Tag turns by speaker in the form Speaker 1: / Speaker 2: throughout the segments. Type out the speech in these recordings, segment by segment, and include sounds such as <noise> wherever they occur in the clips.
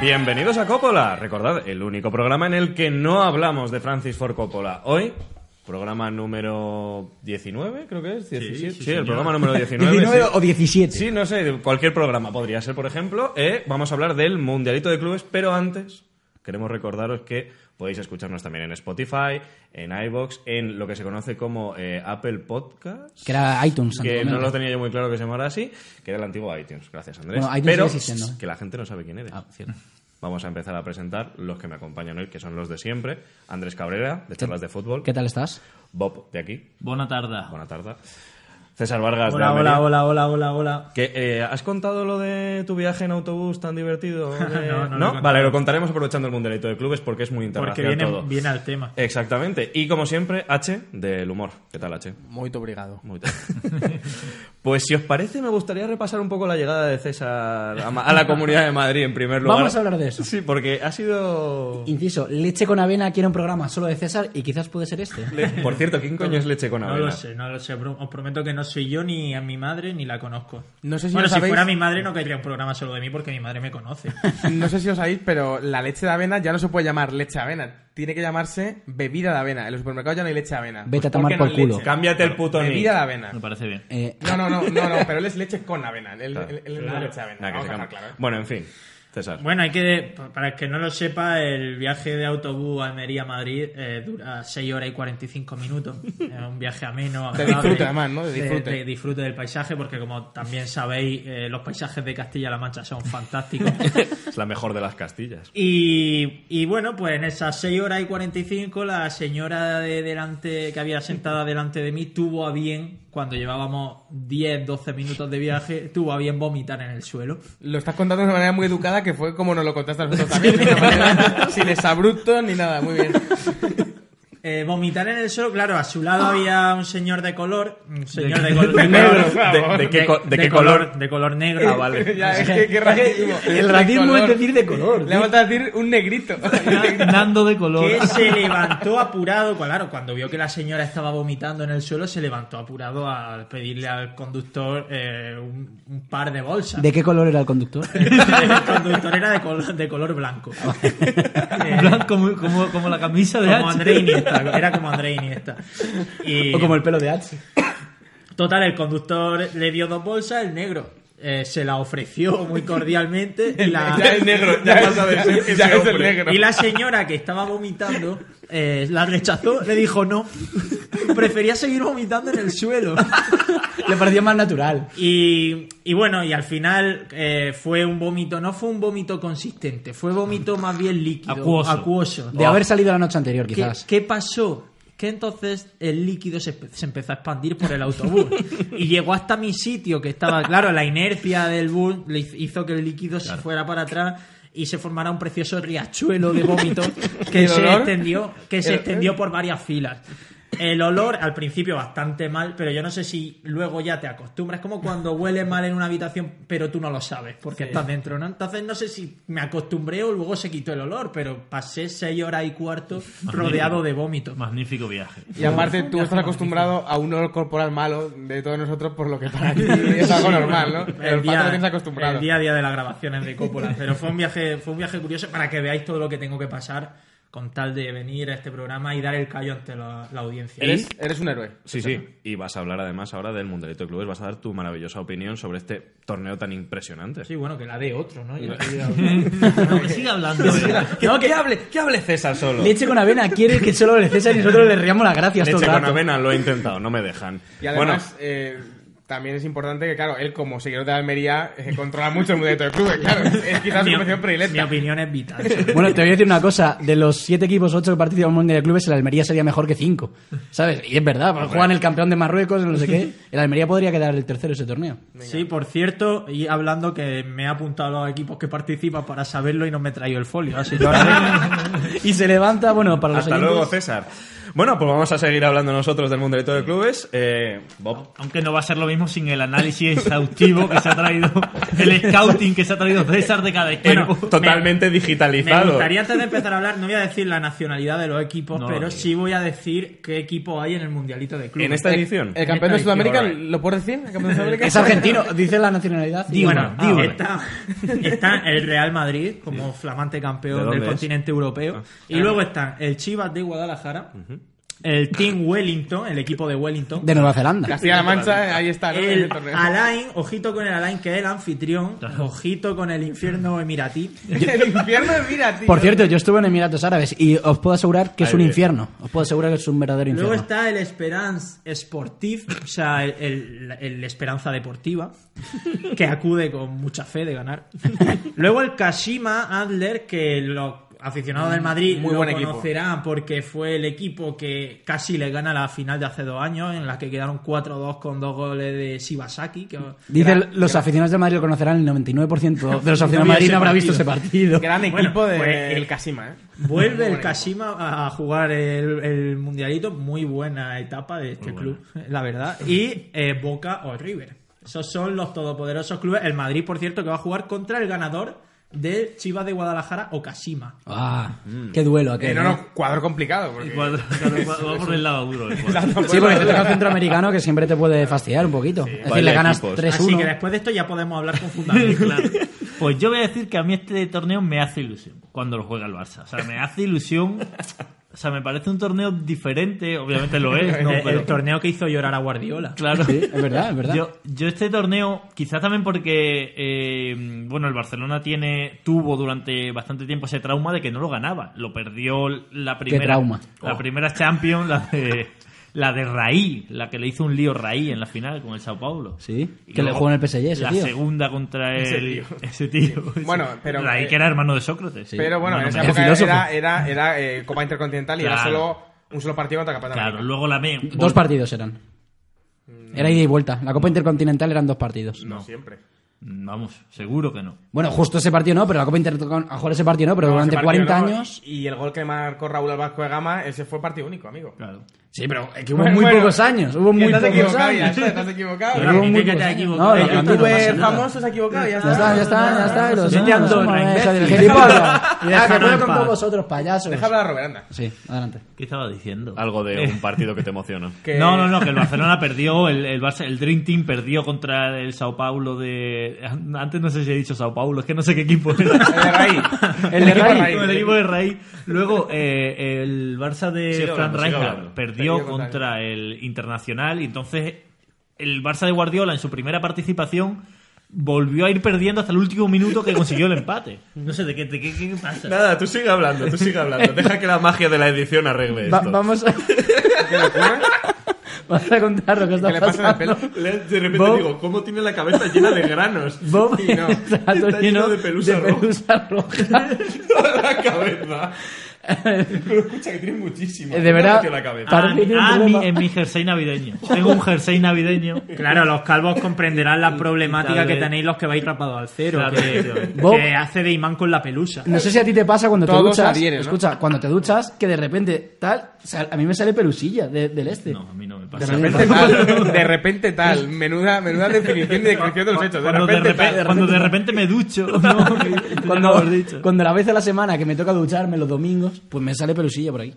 Speaker 1: Bienvenidos a Coppola. Recordad, el único programa en el que no hablamos de Francis Ford Coppola. Hoy, programa número 19, creo que es. 17. Sí, el programa número <laughs> 19.
Speaker 2: 19
Speaker 1: sí.
Speaker 2: o 17.
Speaker 1: Sí, no sé, de cualquier programa podría ser, por ejemplo. eh, vamos a hablar del Mundialito de Clubes, pero antes queremos recordaros que podéis escucharnos también en Spotify, en iBox, en lo que se conoce como eh, Apple Podcast.
Speaker 2: Que era iTunes. Santo
Speaker 1: Que no
Speaker 2: Domingo.
Speaker 1: lo tenía yo muy claro que se llamara así, que era el antiguo iTunes. Gracias, Andrés.
Speaker 2: Bueno, iTunes
Speaker 1: Pero
Speaker 2: sigue existiendo, ¿eh?
Speaker 1: que la gente no sabe quién eres.
Speaker 2: Ah, cierto.
Speaker 1: <laughs> Vamos a empezar a presentar los que me acompañan hoy, que son los de siempre. Andrés Cabrera, de Charlas de Fútbol.
Speaker 2: ¿Qué tal estás?
Speaker 1: Bob, de aquí.
Speaker 3: Buena tarde.
Speaker 1: Buena tarde. César Vargas, de
Speaker 3: Hola,
Speaker 1: Almería.
Speaker 3: hola, hola, hola, hola, hola.
Speaker 1: Que, eh, ¿Has contado lo de tu viaje en autobús tan divertido?
Speaker 3: <laughs>
Speaker 1: De-
Speaker 3: No, no lo he contado.
Speaker 1: vale, lo contaremos aprovechando el mundelito de clubes porque es muy
Speaker 3: Porque
Speaker 1: internacional
Speaker 3: viene,
Speaker 1: todo.
Speaker 3: viene al
Speaker 4: Eh,
Speaker 3: tema.
Speaker 1: Exactamente. Y como siempre, H del humor. ¿Qué tal, H?
Speaker 4: Muy obrigado.
Speaker 1: Muy bien. <laughs> pues si os parece, me gustaría repasar un poco la llegada de César a, Ma- a la Comunidad de Madrid en primer lugar.
Speaker 2: Vamos a hablar de eso.
Speaker 1: Sí, porque ha sido...
Speaker 2: Oh. Inciso, leche con avena quiere un programa solo de César y quizás puede ser este.
Speaker 1: Le- Por cierto, ¿quién coño es leche con
Speaker 3: No
Speaker 1: avena?
Speaker 3: lo sé, no lo sé. Pro- Os prometo que no soy yo ni a mi madre ni la conozco.
Speaker 4: No sé si
Speaker 3: bueno,
Speaker 4: lo sabéis.
Speaker 3: si fuera mi madre no caería un programa solo de mí porque mi madre me
Speaker 4: <laughs>
Speaker 3: conoce.
Speaker 4: No sé si os sabéis, pero la leche de avena ya no se puede llamar leche de avena. Tiene que llamarse bebida de avena. En los supermercados ya no hay leche de avena. Pues,
Speaker 2: Vete a
Speaker 4: ¿por qué
Speaker 2: tomar por
Speaker 4: no hay
Speaker 2: culo.
Speaker 4: leche?
Speaker 1: Cámbiate el puto nick.
Speaker 4: Bebida de avena.
Speaker 5: Me parece bien.
Speaker 1: <laughs>
Speaker 2: Eh,
Speaker 4: No, no, no, no, no, pero él es leche con avena. Él, él- él no es leche de avena.
Speaker 1: Nah, que
Speaker 4: Vamos
Speaker 1: se cambie.
Speaker 4: a dejar claro, ¿eh?
Speaker 1: Bueno, en fin, César.
Speaker 3: bueno, hay que. Para el que no lo sepa, el viaje de autobús Almería-Madrid eh, dura 6 horas y 45 minutos. Es un viaje ameno.
Speaker 4: De
Speaker 3: agradable,
Speaker 4: disfrute, además, ¿no? De disfrute.
Speaker 3: de disfrute del paisaje, porque como también sabéis, eh, los paisajes de Castilla-La Mancha son
Speaker 4: <laughs>
Speaker 3: fantásticos.
Speaker 1: Es la mejor de las castillas.
Speaker 3: Y, y bueno, pues en esas 6 horas y 45 la señora de delante que había sentada delante de mí tuvo a bien, cuando llevábamos 10, 12 minutos de viaje, tuvo a bien vomitar en el suelo.
Speaker 4: Lo estás contando de una manera muy educada que fue como nos lo contaste a nosotros también. de
Speaker 2: <laughs>
Speaker 4: una manera sin exabrupto ni nada, muy bien. <laughs>
Speaker 3: Eh, vomitar en el suelo, claro, a su lado había un señor de color, un señor de, color
Speaker 4: negro,
Speaker 1: ¿De, de qué, co- de qué color?
Speaker 3: De color negro.
Speaker 1: Ah, vale.
Speaker 4: <laughs> Ya, es que, qué racismo.
Speaker 2: <laughs> el
Speaker 4: De
Speaker 2: racismo es
Speaker 4: color.
Speaker 2: decir de color. <laughs>
Speaker 4: Le ha faltado decir un negrito.
Speaker 5: Nando de color.
Speaker 3: Que se levantó apurado, claro, cuando vio que la señora estaba vomitando en el suelo, se levantó apurado a pedirle al conductor eh, un, un par de bolsas.
Speaker 2: ¿De qué color era
Speaker 1: <laughs>
Speaker 2: el conductor?
Speaker 3: el conductor era de color, de color blanco.
Speaker 2: <laughs>
Speaker 3: Eh,
Speaker 5: Blanco, muy- como, como la camisa de
Speaker 3: como
Speaker 5: H.
Speaker 3: André
Speaker 2: <laughs>
Speaker 3: Iniesta, era como André Iniesta. Y,
Speaker 2: O como el pelo de H.
Speaker 3: Total, el conductor le dio dos bolsas, el negro eh, se la ofreció muy cordialmente y la,
Speaker 4: Ya es negro,
Speaker 3: <laughs>
Speaker 4: <laughs> ya, es, ya es el negro.
Speaker 3: y la señora que estaba vomitando eh, la rechazó, le dijo no, prefería seguir vomitando en el suelo.
Speaker 2: Le pareció más natural.
Speaker 3: Y, y bueno, y al final eh, fue un vómito, no fue un vómito consistente, fue vómito más bien líquido,
Speaker 5: Acuoso.
Speaker 3: acuoso.
Speaker 1: Oh.
Speaker 2: De haber salido la noche anterior,
Speaker 3: ¿Qué,
Speaker 2: quizás.
Speaker 3: qué pasó? Que entonces el líquido se, empe- se empezó a expandir por el autobús y llegó hasta mi sitio, que estaba, claro, la inercia del bus le hiz- hizo que el líquido se fuera para atrás y se formara un precioso riachuelo de vómito que
Speaker 4: ¿El
Speaker 3: se
Speaker 4: olor?
Speaker 3: extendió, que se
Speaker 4: ¿El-
Speaker 3: extendió por varias filas. El olor al principio bastante mal, pero yo no sé si luego ya te acostumbras. Como cuando huele mal en una habitación, pero tú no lo sabes porque estás dentro, ¿no? Entonces no sé si me acostumbré o luego se quitó el olor, pero pasé seis horas y cuarto rodeado de vómitos.
Speaker 5: Magnífico viaje.
Speaker 4: Y aparte tú estás acostumbrado a un olor corporal malo de todos nosotros, por lo que para ti es algo normal, ¿no? El olfato lo tienes acostumbrado.
Speaker 3: el día a día de las grabaciones de Coppola. Pero fue un viaje, fue un viaje curioso para que veáis todo lo que tengo que pasar con tal de venir a este programa y dar el callo ante la, la audiencia.
Speaker 4: Eres, eres un héroe.
Speaker 1: Sí, sí. Y vas a hablar además ahora del Mundelito de Clubes. Vas a dar tu maravillosa opinión sobre este torneo tan impresionante.
Speaker 3: Sí, bueno, que la de otro, ¿no? Yo la he <laughs>
Speaker 5: No, sigue hablando. eh.
Speaker 1: No, que hable, que hable César solo.
Speaker 2: Leche con avena quiere que solo le César y nosotros le riamos las gracias todo
Speaker 1: Leche
Speaker 2: el
Speaker 1: con
Speaker 2: rato.
Speaker 1: avena, lo he intentado, no me dejan.
Speaker 4: Y además, eh, También es importante que, claro, él como seguidor de Almería eh, controla mucho el mundialito de clubes, claro. Es quizás su
Speaker 3: mi,
Speaker 4: profesión
Speaker 3: mi
Speaker 4: predilecta.
Speaker 3: opinión es vital. sobre
Speaker 2: Bueno, te voy a decir una cosa. De los siete equipos, ocho que participan en el Mundial de Clubes, el Almería sería mejor que cinco. ¿Sabes? Y es verdad, porque juegan el campeón de Marruecos, no sé qué. El Almería podría quedar el tercero ese torneo.
Speaker 3: Sí, por cierto, y hablando que me he apuntado a los equipos que participan para saberlo y no me he traído el folio. Así que <laughs> ahora
Speaker 2: Y se levanta, bueno, para los
Speaker 1: Hasta
Speaker 2: oyentes-
Speaker 1: luego, César. Bueno, pues vamos a seguir hablando nosotros del mundialito de clubes. Eh, Bob,
Speaker 5: Aunque no va a ser lo mismo sin el análisis exhaustivo que se ha traído, el scouting que se ha traído César de cada equipo.
Speaker 1: eh, totalmente
Speaker 3: me
Speaker 1: digitalizado.
Speaker 3: gustaría antes de empezar a hablar, no voy a decir la nacionalidad de los equipos,
Speaker 5: No,
Speaker 3: pero
Speaker 5: no.
Speaker 3: sí voy a decir qué equipo hay en el mundialito de clubes.
Speaker 1: En
Speaker 2: Eh,
Speaker 1: esta edición.
Speaker 4: ¿El campeón de
Speaker 3: Esta
Speaker 4: Sudamérica
Speaker 3: edición,
Speaker 4: lo puedes decir? ¿El
Speaker 2: <laughs>
Speaker 4: campeón de Sudamérica?
Speaker 2: Es argentino, dice la nacionalidad. y
Speaker 3: bueno,
Speaker 2: bueno, ah,
Speaker 3: está, está el Real Madrid como flamante
Speaker 1: ¿De
Speaker 3: campeón
Speaker 1: dónde
Speaker 3: del
Speaker 1: es? Ah.
Speaker 3: continente europeo. y luego están el Chivas de Guadalajara, el Team Wellington, el equipo de Wellington,
Speaker 2: de Nueva Zelanda.
Speaker 4: Castilla-La Mancha, ahí está, ¿no?
Speaker 3: El
Speaker 4: Ese torneo.
Speaker 3: Alain, ojito con el Alain, que es el anfitrión. Ojito con el infierno emiratí.
Speaker 4: <laughs> El infierno mira, tío.
Speaker 2: Por cierto, yo estuve en Emiratos Árabes y os puedo asegurar que es
Speaker 1: Ahí
Speaker 2: un
Speaker 1: viene.
Speaker 2: infierno. Os puedo asegurar que es un verdadero
Speaker 3: Luego
Speaker 2: infierno.
Speaker 3: está el Esperance Sportif, o sea, el, el- el Esperanza Deportiva, que acude con mucha fe de ganar. Luego el Kashima Adler, que los aficionados del Madrid
Speaker 4: Muy
Speaker 3: lo
Speaker 4: buen equipo.
Speaker 3: conocerán porque fue el equipo que casi le gana la final de hace dos años, en la que quedaron 4-2 con dos goles de Shibasaki. Que
Speaker 2: Dice,
Speaker 3: era-
Speaker 2: los aficionados de Madrid lo conocerán, el 99% de los aficionados de
Speaker 3: vi
Speaker 2: Madrid
Speaker 3: ese
Speaker 2: no habrá visto ese
Speaker 3: partido.
Speaker 2: partido.
Speaker 4: Gran
Speaker 3: Bueno,
Speaker 4: equipo del
Speaker 3: pues, eh,
Speaker 4: Casima, ¿eh?
Speaker 3: Vuelve el Kashima a jugar el, el mundialito. Muy buena etapa de este club, <laughs> la verdad. Y eh, Boca o River. Esos son los todopoderosos clubes. El Madrid, por cierto, que va a jugar contra el ganador de Chivas de Guadalajara o Kashima.
Speaker 2: Ah, qué duelo
Speaker 4: Eh,
Speaker 2: aquel.
Speaker 4: no,
Speaker 2: ¿eh?
Speaker 4: no, cuadro complicado. porque-
Speaker 5: <laughs> Cuadro- cuadro- va por el lado duro. el cuadro.
Speaker 2: Sí, porque
Speaker 4: <laughs>
Speaker 2: te toca un centroamericano que siempre te puede fastidiar un poquito. es decir, le
Speaker 1: Vaya
Speaker 2: ganas
Speaker 1: equipos.
Speaker 3: Así que
Speaker 2: 3-1.
Speaker 3: después de esto ya podemos hablar con
Speaker 5: También,
Speaker 3: fundamento.
Speaker 5: claro. <laughs> Pues yo voy a decir que a mí este torneo me hace ilusión cuando lo juega el Barça. O sea, me hace ilusión. O sea, me parece un torneo diferente, obviamente lo es, <laughs> ¿no?
Speaker 3: El- Eh, el,
Speaker 5: Pero-
Speaker 3: torneo que hizo llorar a Guardiola.
Speaker 5: claro.
Speaker 2: Sí, es verdad, es verdad.
Speaker 5: Yo, yo este torneo, quizás también porque, eh, bueno, el Barcelona tiene tuvo durante bastante tiempo ese trauma de que no lo ganaba. Lo perdió la primera.
Speaker 2: trauma?
Speaker 5: La
Speaker 2: Oh.
Speaker 5: primera Champions, la de, la de Raí, la que le hizo un lío Raí en la final con el Sao Paulo.
Speaker 2: Sí,
Speaker 5: Y
Speaker 2: que le
Speaker 5: luego
Speaker 2: jugó en el PSG ese
Speaker 5: La
Speaker 2: tío.
Speaker 5: segunda contra el, <laughs> ese tío.
Speaker 4: Bueno, pero-
Speaker 5: Raí que era hermano de Sócrates.
Speaker 4: Pero bueno, en
Speaker 5: Hermano
Speaker 4: esa
Speaker 5: de-
Speaker 2: el
Speaker 4: época
Speaker 2: filósofo.
Speaker 4: era, era, era eh, Copa Intercontinental y era
Speaker 5: Claro.
Speaker 4: solo un solo partido contra Capitán
Speaker 5: Claro,
Speaker 4: América.
Speaker 5: luego la me.
Speaker 2: Dos partidos eran. Era ida y vuelta. La Copa Intercontinental eran dos partidos.
Speaker 4: No, siempre.
Speaker 5: Vamos, seguro que no.
Speaker 2: Bueno, justo ese partido no, pero la Copa Intercontinental. A jugar ese partido no, pero
Speaker 4: No,
Speaker 2: durante
Speaker 4: ese partido
Speaker 2: 40
Speaker 4: no,
Speaker 2: años.
Speaker 4: Y el gol que marcó Raúl al Vasco de Gama, ese fue partido único, amigo.
Speaker 5: Claro.
Speaker 2: Sí, pero es que hubo
Speaker 4: Bueno,
Speaker 2: muy
Speaker 4: bueno.
Speaker 2: pocos años. Hubo muy
Speaker 4: estás
Speaker 2: pocos
Speaker 4: equivocado, ya
Speaker 2: años.
Speaker 4: está, estás equivocado.
Speaker 2: Pero hubo
Speaker 5: Admite
Speaker 2: muy
Speaker 5: que te
Speaker 2: pocos
Speaker 5: has
Speaker 2: años.
Speaker 5: equivocado.
Speaker 2: No,
Speaker 5: El
Speaker 2: la
Speaker 4: El
Speaker 2: grande no pasa
Speaker 4: youtuber
Speaker 2: nada.
Speaker 4: famoso se ha equivocado, ya
Speaker 2: Ya está,
Speaker 4: está.
Speaker 2: ya está, ya está. y Los
Speaker 5: Vete
Speaker 2: años,
Speaker 5: Andorra,
Speaker 2: no me deja
Speaker 5: imbécil.
Speaker 2: del gilipollas.
Speaker 5: Y
Speaker 2: Ya, Ah, que
Speaker 5: déjanos
Speaker 2: puedo
Speaker 5: en
Speaker 2: con
Speaker 5: paz.
Speaker 2: todos vosotros, payasos.
Speaker 4: Deja hablar a Robert, anda.
Speaker 2: Sí, adelante.
Speaker 5: ¿Qué estaba
Speaker 2: Ah,
Speaker 5: diciendo?
Speaker 1: Algo de
Speaker 2: eh,
Speaker 1: un partido que te emociona.
Speaker 2: <laughs>
Speaker 4: Que-
Speaker 5: No, no, no, que el Barcelona perdió, el, el, Barça- el Dream Team perdió contra el Sao Paulo de... Antes no sé si he dicho Sao Paulo, es que no sé qué equipo era. <laughs>
Speaker 4: El
Speaker 2: <laughs> El de
Speaker 4: de Raí. equipo
Speaker 2: Raí.
Speaker 5: Con el equipo de Raí. Luego, eh, el Barça de
Speaker 1: Sigue
Speaker 5: Fran
Speaker 1: hablando, sigue
Speaker 5: Rijkaard
Speaker 1: hablando.
Speaker 5: perdió
Speaker 4: Perdió contra
Speaker 5: contra el Internacional y entonces el Barça de Guardiola en su primera participación volvió a ir perdiendo hasta el último minuto que consiguió el empate. No sé, ¿de qué, de qué, qué pasa?
Speaker 1: Nada, tú sigue hablando, tú sigue hablando. Deja que la magia de la edición arregle
Speaker 2: Va-
Speaker 1: esto.
Speaker 2: vamos, a,
Speaker 4: ¿Qué le ocurre?
Speaker 2: vamos a contar lo que
Speaker 4: ¿Qué
Speaker 2: está
Speaker 4: le pasa en el pelo?
Speaker 2: pasando.
Speaker 1: Le- De repente
Speaker 2: Bob-
Speaker 1: digo, ¿cómo tiene la cabeza llena de granos?
Speaker 2: Bob
Speaker 4: Sí, no.
Speaker 2: <laughs> está,
Speaker 1: Está lleno de pelusa roja.
Speaker 4: <laughs>
Speaker 2: roja.
Speaker 1: Toda <laughs> la
Speaker 2: <laughs>
Speaker 1: cabeza. Pero escucha que tiene muchísimo.
Speaker 2: Eh, de verdad,
Speaker 1: Mira la cabeza.
Speaker 2: parece
Speaker 5: Ah,
Speaker 2: que tiene un
Speaker 5: ah, mi-
Speaker 2: problema.
Speaker 5: en mi jersey navideño. Tengo un jersey navideño.
Speaker 3: Claro, los calvos comprenderán la problemática
Speaker 5: tal
Speaker 3: que
Speaker 5: vez-
Speaker 3: tenéis los que vais rapados al cero,
Speaker 5: Claro,
Speaker 3: que,
Speaker 5: efectivamente.
Speaker 2: Bob-
Speaker 3: que hace de imán con la pelusa.
Speaker 2: No sé si a ti te pasa cuando te
Speaker 4: Todos
Speaker 2: duchas.
Speaker 4: adhieren, ¿no?
Speaker 2: Escucha, cuando te duchas, que de repente tal. o sea, a mí me sale pelusilla de- del este.
Speaker 5: No, a mí no me
Speaker 2: De
Speaker 5: pasa.
Speaker 2: repente
Speaker 4: De
Speaker 2: tal.
Speaker 4: tal, de repente tal. Menuda, menuda definición y descripción de los hechos. De
Speaker 5: Cuando de,
Speaker 4: repente
Speaker 5: repe-
Speaker 4: tal.
Speaker 5: cuando de repente
Speaker 4: <laughs>
Speaker 5: me ducho. ¿no? Teníamos
Speaker 2: cuando,
Speaker 5: dicho.
Speaker 2: cuando la vez a la semana que me toca ducharme los domingos, pues me sale pelusilla por ahí.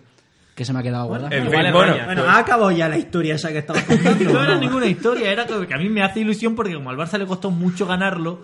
Speaker 2: Que se me ha quedado guardada.
Speaker 1: En
Speaker 4: Vale,
Speaker 1: fin, bueno,
Speaker 4: Raya.
Speaker 3: Bueno, ha acabado ya la historia esa que estabas contando.
Speaker 5: No era ninguna historia, era que que a mí me hace ilusión porque como al Barça le costó mucho ganarlo,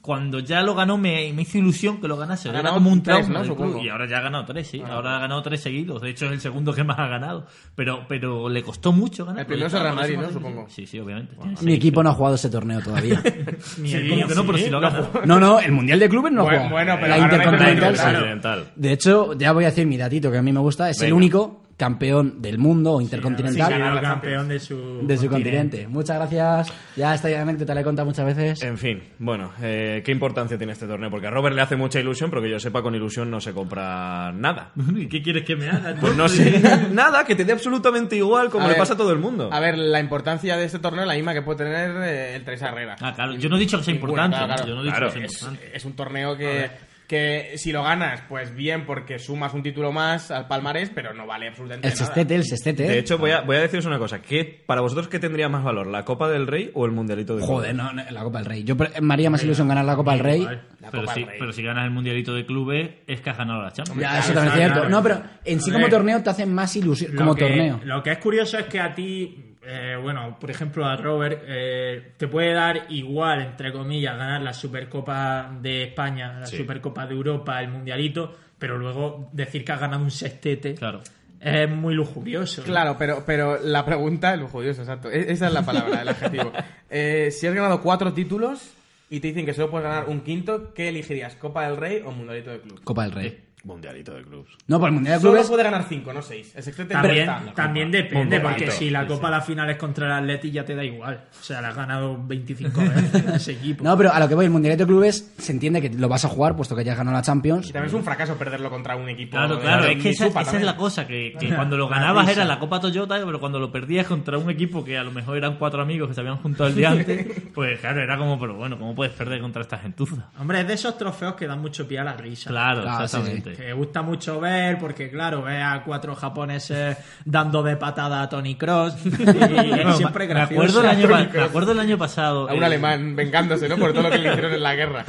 Speaker 5: cuando ya lo ganó me, me hizo ilusión que lo ganase.
Speaker 4: Ha
Speaker 5: Era
Speaker 4: ganado
Speaker 5: como un
Speaker 4: tres,
Speaker 5: trauma
Speaker 4: ¿no?
Speaker 5: del club.
Speaker 4: Supongo. Ah.
Speaker 5: Y ahora ya ha ganado tres, sí. Ahora ha ganado tres seguidos. De hecho es el segundo que más ha ganado. Pero, pero le costó mucho ganar.
Speaker 4: El primero es el Real Madrid, ¿no? Supongo.
Speaker 5: Sí, sí, obviamente.
Speaker 2: Mi equipo no ha jugado ese torneo
Speaker 4: <laughs>
Speaker 2: todavía.
Speaker 5: Sí, coño, que no, pero si lo ha ganado.
Speaker 2: No, no, el Mundial de Clubes no
Speaker 4: Bueno,
Speaker 2: juega.
Speaker 4: bueno, pero
Speaker 2: la
Speaker 4: ahora la
Speaker 2: Intercontinental sí.
Speaker 4: Intercontinental.
Speaker 1: Continental.
Speaker 2: De hecho, ya voy a decir mi datito que a mí me gusta. Es el
Speaker 1: Venga.
Speaker 2: único campeón del mundo o
Speaker 3: Sí,
Speaker 2: intercontinental
Speaker 3: ganó el campeón de su,
Speaker 2: de su continente. Muchas gracias. Ya esta anécdota la he contado muchas veces.
Speaker 1: En fin, bueno, eh, ¿qué importancia tiene este torneo? Porque a Robert le hace mucha ilusión, porque yo sepa, con ilusión no se compra nada.
Speaker 5: <laughs> ¿Y qué quieres que me haga?
Speaker 1: Pues no sé, <laughs> nada, que te dé absolutamente igual como
Speaker 4: A
Speaker 1: le
Speaker 4: ver,
Speaker 1: pasa a todo el mundo.
Speaker 4: A ver, la importancia de este torneo es la misma que puede tener eh, el Tres Herrera.
Speaker 5: Ah, claro, yo no he dicho que sea
Speaker 4: Ninguna,
Speaker 5: importante.
Speaker 4: claro,
Speaker 5: yo no he dicho
Speaker 1: claro.
Speaker 5: que sea
Speaker 4: Es,
Speaker 5: importante.
Speaker 4: es un torneo que, que si lo ganas, pues bien, porque sumas un título más al palmarés, pero no vale absolutamente
Speaker 2: El
Speaker 4: nada.
Speaker 2: sextete, el sextete.
Speaker 1: De
Speaker 2: ¿eh?
Speaker 1: hecho, voy a, voy a deciros una cosa. ¿Qué, ¿Para vosotros qué tendría más valor, la Copa del Rey o el Mundialito de
Speaker 2: Joder, no, no, la Copa del Rey. Yo pre- me haría más ilusión ganar la Copa del Rey.
Speaker 4: La
Speaker 5: Pero,
Speaker 4: Copa
Speaker 5: sí,
Speaker 4: del Rey.
Speaker 5: pero si ganas el mundialito de clubes, es que has ganado la Champions.
Speaker 2: Ya, eso también es cierto.
Speaker 3: claro.
Speaker 2: No, pero en sí como
Speaker 3: Hombre.
Speaker 2: torneo te hacen más ilusión.
Speaker 3: Lo
Speaker 2: Como
Speaker 3: que-
Speaker 2: torneo.
Speaker 3: Lo que es curioso es que a ti, eh, bueno, por ejemplo a Robert, eh, te puede dar igual, entre comillas, ganar la Supercopa de España, la Supercopa de Europa, el Mundialito, pero luego decir que has ganado un sextete
Speaker 5: Claro.
Speaker 3: es muy lujurioso.
Speaker 4: Claro, pero, pero la pregunta, lujurioso, exacto. E- Esa es la palabra, el adjetivo.
Speaker 2: <laughs>
Speaker 4: Eh, si has ganado cuatro títulos y te dicen que solo puedes ganar un quinto, ¿qué elegirías? ¿Copa del Rey o Mundialito del Club?
Speaker 2: Copa del Rey.
Speaker 1: Mundialito de clubes.
Speaker 2: No, por el Mundial de
Speaker 4: Solo
Speaker 2: Clubes.
Speaker 4: puede ganar cinco, no seis. El sextete
Speaker 3: También,
Speaker 4: no está.
Speaker 3: también depende,
Speaker 1: Un
Speaker 3: porque
Speaker 1: poquito.
Speaker 3: si la Copa a la final es contra el Atleti ya te da igual. O sea, la has ganado 25
Speaker 5: <laughs>
Speaker 3: veces a ese equipo.
Speaker 2: No, pero a lo que voy, el Mundialito de Clubes se entiende que lo vas a jugar puesto que ya has ganado la Champions.
Speaker 4: Y también es un fracaso perderlo contra un equipo.
Speaker 5: Claro,
Speaker 4: de-
Speaker 5: claro,
Speaker 4: de
Speaker 5: es que esa,
Speaker 4: Chupa
Speaker 5: esa es
Speaker 4: también.
Speaker 5: la cosa, que, que cuando lo ganabas era la Copa Toyota, pero cuando lo perdías contra un equipo que a lo mejor eran cuatro amigos que se habían juntado el día antes, pues claro, era como, pero bueno, ¿cómo puedes perder contra esta gentuza?
Speaker 3: Hombre, es de esos trofeos que dan mucho pie a la risa.
Speaker 5: Claro,
Speaker 2: Claro, sí,
Speaker 5: exactamente.
Speaker 3: Que gusta mucho ver, porque claro, ve a cuatro japoneses dando de patada a Tony Cross. Y
Speaker 5: <laughs>
Speaker 3: es
Speaker 5: Bueno,
Speaker 3: siempre
Speaker 5: me-
Speaker 3: gracioso.
Speaker 5: Me acuerdo el año, pa- me acuerdo el año pasado.
Speaker 4: A un
Speaker 5: eh,
Speaker 4: alemán vengándose, ¿no? Por todo lo que le hicieron en la
Speaker 5: <laughs>
Speaker 4: guerra.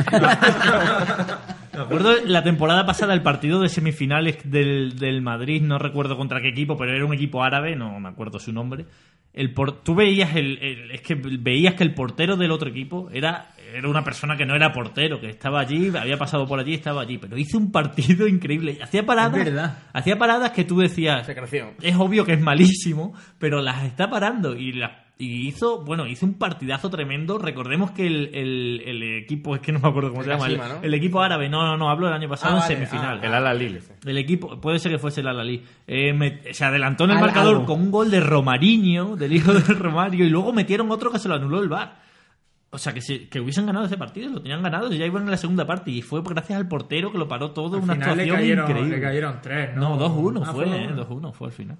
Speaker 5: Me acuerdo la temporada pasada, el partido de semifinales del, del Madrid, no recuerdo contra qué equipo, pero era un equipo árabe, no me acuerdo su nombre. El por, tú veías el, el- es que veías que el portero del otro equipo era, era una persona que no era portero, que estaba allí, había pasado por allí, estaba allí, pero hizo un partido <laughs> increíble. Hacía
Speaker 3: Es
Speaker 5: paradas,
Speaker 3: verdad.
Speaker 5: hacía paradas que tú decías,
Speaker 4: Se creció.
Speaker 5: es obvio que es malísimo, pero las está parando y las y hizo, bueno, hizo un partidazo tremendo. Recordemos que el, el- el equipo, es que no me acuerdo cómo se
Speaker 4: El
Speaker 5: llama, el,
Speaker 4: Kashima, ¿no?
Speaker 5: el equipo árabe, no, no, no, hablo del año pasado
Speaker 4: Ah,
Speaker 5: en
Speaker 4: vale,
Speaker 5: semifinal.
Speaker 1: El ala Lille.
Speaker 5: El equipo, puede ser que fuese el Alalí. Eh, me- se adelantó en el
Speaker 2: Al-
Speaker 5: marcador
Speaker 2: algo.
Speaker 5: con un gol de Romariño, del hijo de <laughs> Romario, y luego metieron otro que se lo anuló el VAR. O sea, que, si- que hubiesen ganado ese partido, lo tenían ganado, y ya iban en la segunda parte. Y fue gracias al portero que lo paró todo,
Speaker 3: Al
Speaker 5: una
Speaker 3: final le
Speaker 5: actuación
Speaker 3: cayeron,
Speaker 5: increíble.
Speaker 3: le cayeron tres,
Speaker 5: No,
Speaker 3: ¿no?
Speaker 5: 2-1
Speaker 3: Ah,
Speaker 5: fue,
Speaker 3: fue
Speaker 5: eh,
Speaker 3: uno.
Speaker 5: 2-1 fue al final.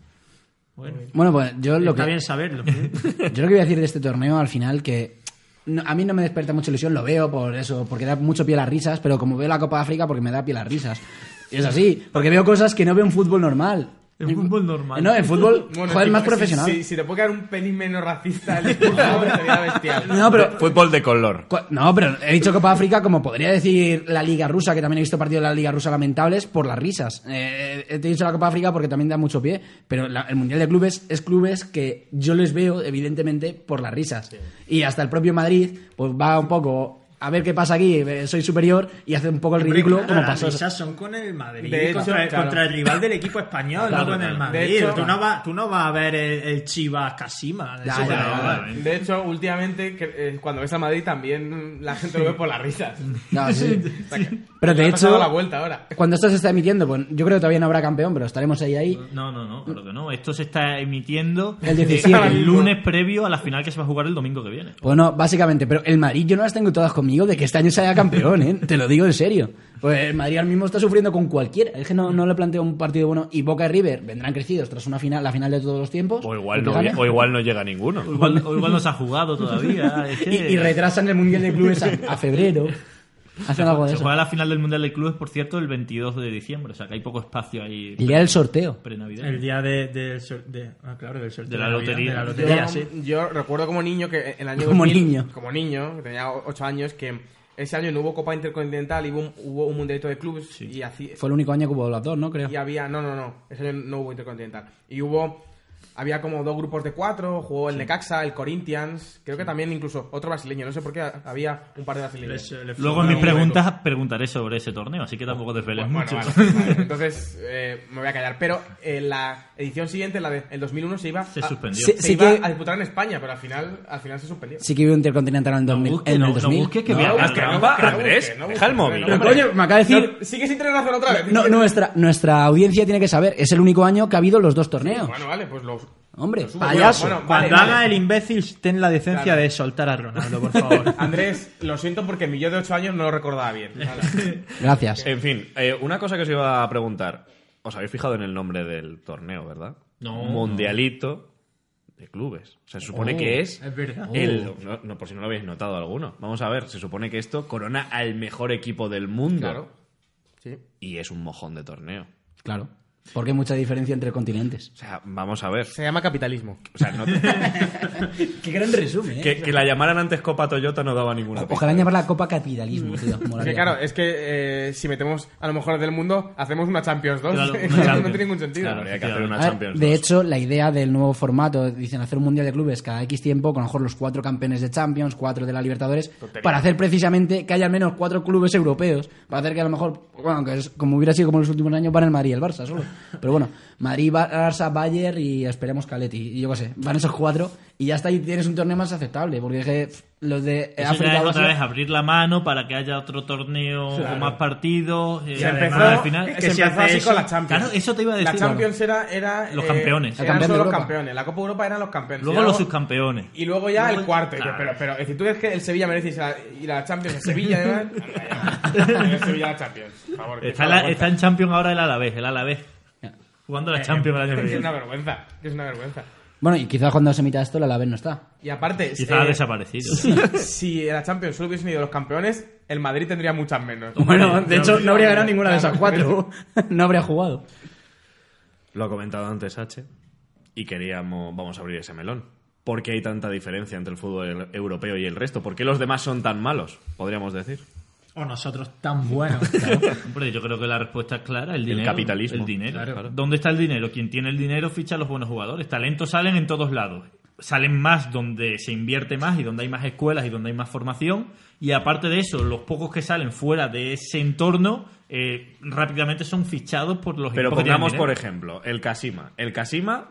Speaker 5: Bueno,
Speaker 2: Bueno, pues yo
Speaker 5: eh,
Speaker 2: lo
Speaker 3: Está
Speaker 2: que,
Speaker 3: bien saberlo.
Speaker 5: <laughs>
Speaker 2: Yo lo que voy a decir de este torneo al final que no- a mí no me despierta mucha ilusión, lo veo por eso, porque da mucho pie a las risas, pero como veo la Copa de África porque me da pie a las risas. Y es así, porque veo cosas que no veo en fútbol normal.
Speaker 5: En fútbol normal.
Speaker 2: No, en fútbol, joder,
Speaker 4: si-
Speaker 2: más
Speaker 4: si-
Speaker 2: profesional.
Speaker 4: Si, si te puede quedar un pelín menos racista el discurso, sería bestial.
Speaker 2: <laughs> No, pero
Speaker 1: Fútbol de color.
Speaker 2: Cu- No, pero he dicho Copa África, como podría decir la Liga Rusa, que también he visto partidos de la Liga Rusa lamentables por las risas. Eh, he dicho la Copa África porque también da mucho pie, pero la- el Mundial de Clubes es clubes que yo les veo, evidentemente, por las risas. Y hasta el propio Madrid, pues va un poco a ver qué pasa aquí, eh, soy superior y hace un poco el ridículo,
Speaker 3: Claro,
Speaker 2: como
Speaker 3: las
Speaker 4: Ah,
Speaker 2: pasó.
Speaker 3: risas son con el Madrid,
Speaker 4: De hecho,
Speaker 3: contra, el-
Speaker 4: claro.
Speaker 3: contra el rival del equipo español, no con el Madrid.
Speaker 4: De hecho-
Speaker 3: tú, no vas, tú no vas a ver el, el Chivas Casima.
Speaker 2: Ya,
Speaker 3: Eso
Speaker 2: ya,
Speaker 3: no lo
Speaker 2: ya,
Speaker 5: Ah,
Speaker 3: vas a ver.
Speaker 4: De hecho, últimamente, que- eh, cuando ves a Madrid también mm, la gente lo ve por las risas.
Speaker 2: No, sí.
Speaker 4: <laughs> O sea, que-
Speaker 2: Pero de
Speaker 4: le ha pasado
Speaker 2: hecho-
Speaker 4: la vuelta ahora.
Speaker 2: Cuando esto se está emitiendo, pues yo creo que todavía no habrá campeón, pero estaremos ahí ahí.
Speaker 5: No, no, no, claro que no. Esto se está emitiendo
Speaker 2: El 17.
Speaker 5: el lunes previo a la final que se va a jugar el domingo que viene.
Speaker 2: Bueno, básicamente, pero el Madrid yo no las tengo todas conmigo de que este año sea campeón, ¿eh? Te lo digo en serio. Pues el Madrid ahora mismo está sufriendo con cualquiera. Es que no, no le planteo un partido bueno. Y Boca y River vendrán crecidos tras una final, la final de todos los tiempos.
Speaker 1: O igual,
Speaker 2: Aunque
Speaker 1: no,
Speaker 2: gane.
Speaker 1: o igual no llega
Speaker 5: O
Speaker 1: ninguno.
Speaker 5: igual, o igual no se ha
Speaker 2: <laughs>
Speaker 5: jugado todavía. es
Speaker 2: y,
Speaker 5: que-
Speaker 2: y retrasan el Mundial de Clubes a, a febrero. Hacen algo de
Speaker 5: Se
Speaker 2: eso.
Speaker 5: juega la final del Mundial de Clubes, por cierto, el 22 de diciembre. O sea, que hay poco espacio ahí
Speaker 2: El día del sorteo.
Speaker 5: pre-navideño.
Speaker 3: El día de, del sor- de- ah, claro, del sorteo
Speaker 5: De la
Speaker 3: Navidad,
Speaker 5: lotería.
Speaker 3: de la
Speaker 4: Yo,
Speaker 3: lotería, sí.
Speaker 4: yo recuerdo como niño que el año
Speaker 2: Como niño.
Speaker 4: como niño, que tenía 8 años, que ese año no hubo Copa Intercontinental, y hubo un, hubo un mundialito de clubes y así <laughs>
Speaker 2: Fue el único año que hubo las dos, ¿no? Creo.
Speaker 4: y había no no no ese año no hubo Intercontinental y hubo Había como dos grupos de cuatro, jugó el Necaxa, el Corinthians, creo que también incluso otro brasileño, no sé por qué había un par de brasileños.
Speaker 1: eh,
Speaker 5: Luego en mis
Speaker 4: un
Speaker 5: preguntas preguntaré sobre ese torneo, así que tampoco te desveles
Speaker 4: Bueno,
Speaker 5: mucho.
Speaker 4: vale,
Speaker 1: <laughs>
Speaker 4: vale. Entonces eh, me voy a callar. Pero en la edición siguiente, la del 2001, se iba,
Speaker 5: Se
Speaker 4: a,
Speaker 5: suspendió.
Speaker 4: se
Speaker 2: Sí, sí
Speaker 4: iba
Speaker 2: que-
Speaker 4: a disputar en España, pero al final, al final se suspendió.
Speaker 2: Sí que vi un intercontinental en el 2000.
Speaker 5: busques,
Speaker 2: en
Speaker 5: <laughs> no-
Speaker 2: el
Speaker 5: no
Speaker 2: 2000.
Speaker 5: busques, que
Speaker 2: No,
Speaker 5: me hagas
Speaker 4: busques,
Speaker 1: trampa,
Speaker 4: busques, no
Speaker 1: Andrés,
Speaker 4: busques, no
Speaker 1: deja el
Speaker 4: busques,
Speaker 1: móvil,
Speaker 4: no
Speaker 2: Pero,
Speaker 4: busques.
Speaker 2: coño, me acaba de decir.
Speaker 4: No, sigue sin tener razón otra vez.
Speaker 2: No, nuestra, nuestra audiencia tiene que saber. Es el único año que ha habido los dos torneos.
Speaker 4: Bueno, vale, pues los.
Speaker 2: Hombre,
Speaker 4: los subo.
Speaker 2: payaso.
Speaker 4: Bueno, bueno, vale,
Speaker 3: Cuando
Speaker 4: vale.
Speaker 3: haga el imbécil, ten la decencia
Speaker 4: Claro.
Speaker 3: de soltar a Ronaldo, por favor.
Speaker 4: <laughs> Andrés, lo siento porque mi yo de 8 años no lo recordaba bien.
Speaker 5: <laughs>
Speaker 4: Vale.
Speaker 2: Gracias.
Speaker 1: En fin, eh, una cosa que os iba a preguntar. Os habéis fijado en el nombre del torneo, ¿verdad?
Speaker 5: No.
Speaker 1: Mundialito de clubes. Se supone que es.
Speaker 3: es verdad.
Speaker 1: el- no, no, por si no lo habéis notado alguno. Vamos a ver, se supone que esto corona al mejor equipo del mundo.
Speaker 4: Claro. Sí.
Speaker 1: Y es un mojón de torneo.
Speaker 2: Claro. Porque hay mucha diferencia entre continentes.
Speaker 1: O sea, vamos a ver.
Speaker 4: Se llama capitalismo.
Speaker 1: O sea, no te-
Speaker 2: Qué gran resumen, ¿eh?
Speaker 1: que, que la llamaran antes Copa Toyota no daba ninguna. pista.
Speaker 2: Ojalá llamarla Copa Capitalismo,
Speaker 5: <laughs>
Speaker 2: tío.
Speaker 4: Es
Speaker 2: molaría.
Speaker 4: que claro, es que eh, si metemos a lo mejor del mundo, hacemos una Champions 2.
Speaker 5: Claro, una
Speaker 4: <laughs> no
Speaker 5: Champions.
Speaker 4: tiene ningún sentido.
Speaker 1: Claro, habría que hacer
Speaker 2: A
Speaker 1: una
Speaker 2: ver,
Speaker 1: Champions.
Speaker 2: de
Speaker 1: dos.
Speaker 2: hecho, la idea del nuevo formato, dicen hacer un mundial de clubes cada X tiempo, con a lo mejor los cuatro campeones de Champions, cuatro de la Libertadores, para hacer precisamente que haya al menos cuatro clubes europeos, para hacer que a lo mejor, bueno, que es- como hubiera sido como en los últimos años, van el Madrid y el Barça solo. Pero bueno, Madrid, Bar- Barça, Bayern y esperemos Caleti, y yo qué sé, van esos cuatro y ya está, y tienes un torneo más aceptable, porque es que, pff, los de
Speaker 5: Eso
Speaker 2: África
Speaker 5: ya es
Speaker 2: o
Speaker 5: otra
Speaker 2: Asia-
Speaker 5: vez abrir la mano para que haya otro torneo con más partidos. eh,
Speaker 4: Se empezó,
Speaker 5: al final,
Speaker 4: que
Speaker 5: es
Speaker 4: se
Speaker 5: que
Speaker 3: si
Speaker 4: empezó
Speaker 3: hace
Speaker 4: así
Speaker 3: eso-
Speaker 4: con la Champions.
Speaker 5: claro, eso te iba a decir.
Speaker 4: La Champions era, era,
Speaker 5: Los
Speaker 4: eh,
Speaker 5: campeones. El
Speaker 4: Eran
Speaker 2: campeón de
Speaker 4: solo los
Speaker 2: Europa.
Speaker 4: campeones. La Copa Europa eran los campeones.
Speaker 5: luego
Speaker 4: Y
Speaker 5: los subcampeones.
Speaker 4: Y luego ya
Speaker 5: Luego-
Speaker 4: el cuarto. Y yo,
Speaker 5: Claro.
Speaker 4: pero, pero, si tú crees que el Sevilla merece ir a, ir a la Champions, el
Speaker 5: <laughs>
Speaker 4: Sevilla, además. anda ya. El Sevilla a la Champions. Por favor, que
Speaker 5: Está,
Speaker 4: es una
Speaker 5: la-
Speaker 4: vergüenza.
Speaker 5: está en Champions ahora el Alavés, el Alavés. Jugando la Champions el año que
Speaker 4: Es Eh, una
Speaker 5: viene.
Speaker 4: vergüenza. Es una vergüenza.
Speaker 2: Bueno, y quizás cuando se emita esto, la Alavés no está.
Speaker 4: Y aparte,
Speaker 5: Quizá ha
Speaker 4: eh,
Speaker 5: desaparecido.
Speaker 4: si en la Champions solo hubiesen ido los campeones, el Madrid tendría muchas menos.
Speaker 2: Bueno, de hecho, no habría ganado ninguna de esas
Speaker 4: Claro.
Speaker 2: cuatro. <laughs> No habría jugado.
Speaker 1: Lo ha comentado antes H. Y queríamos, vamos a abrir ese melón. ¿Por qué hay tanta diferencia entre el fútbol europeo y el resto? ¿Por qué los demás son tan malos? Podríamos decir.
Speaker 3: O nosotros tan buenos.
Speaker 5: Hombre, yo creo que la respuesta es clara, el dinero.
Speaker 1: capitalismo.
Speaker 5: El dinero.
Speaker 1: Claro.
Speaker 5: claro. ¿Dónde está el dinero? Quien tiene el dinero ficha a los buenos jugadores. Talentos salen en todos lados. Salen más donde se invierte más y donde hay más escuelas y donde hay más formación. Y aparte de eso, los pocos que salen fuera de ese entorno eh, rápidamente son fichados por los
Speaker 1: Pero
Speaker 5: equipos que tienen
Speaker 1: pongamos,
Speaker 5: dinero.
Speaker 1: por ejemplo, el Casima. El Casima,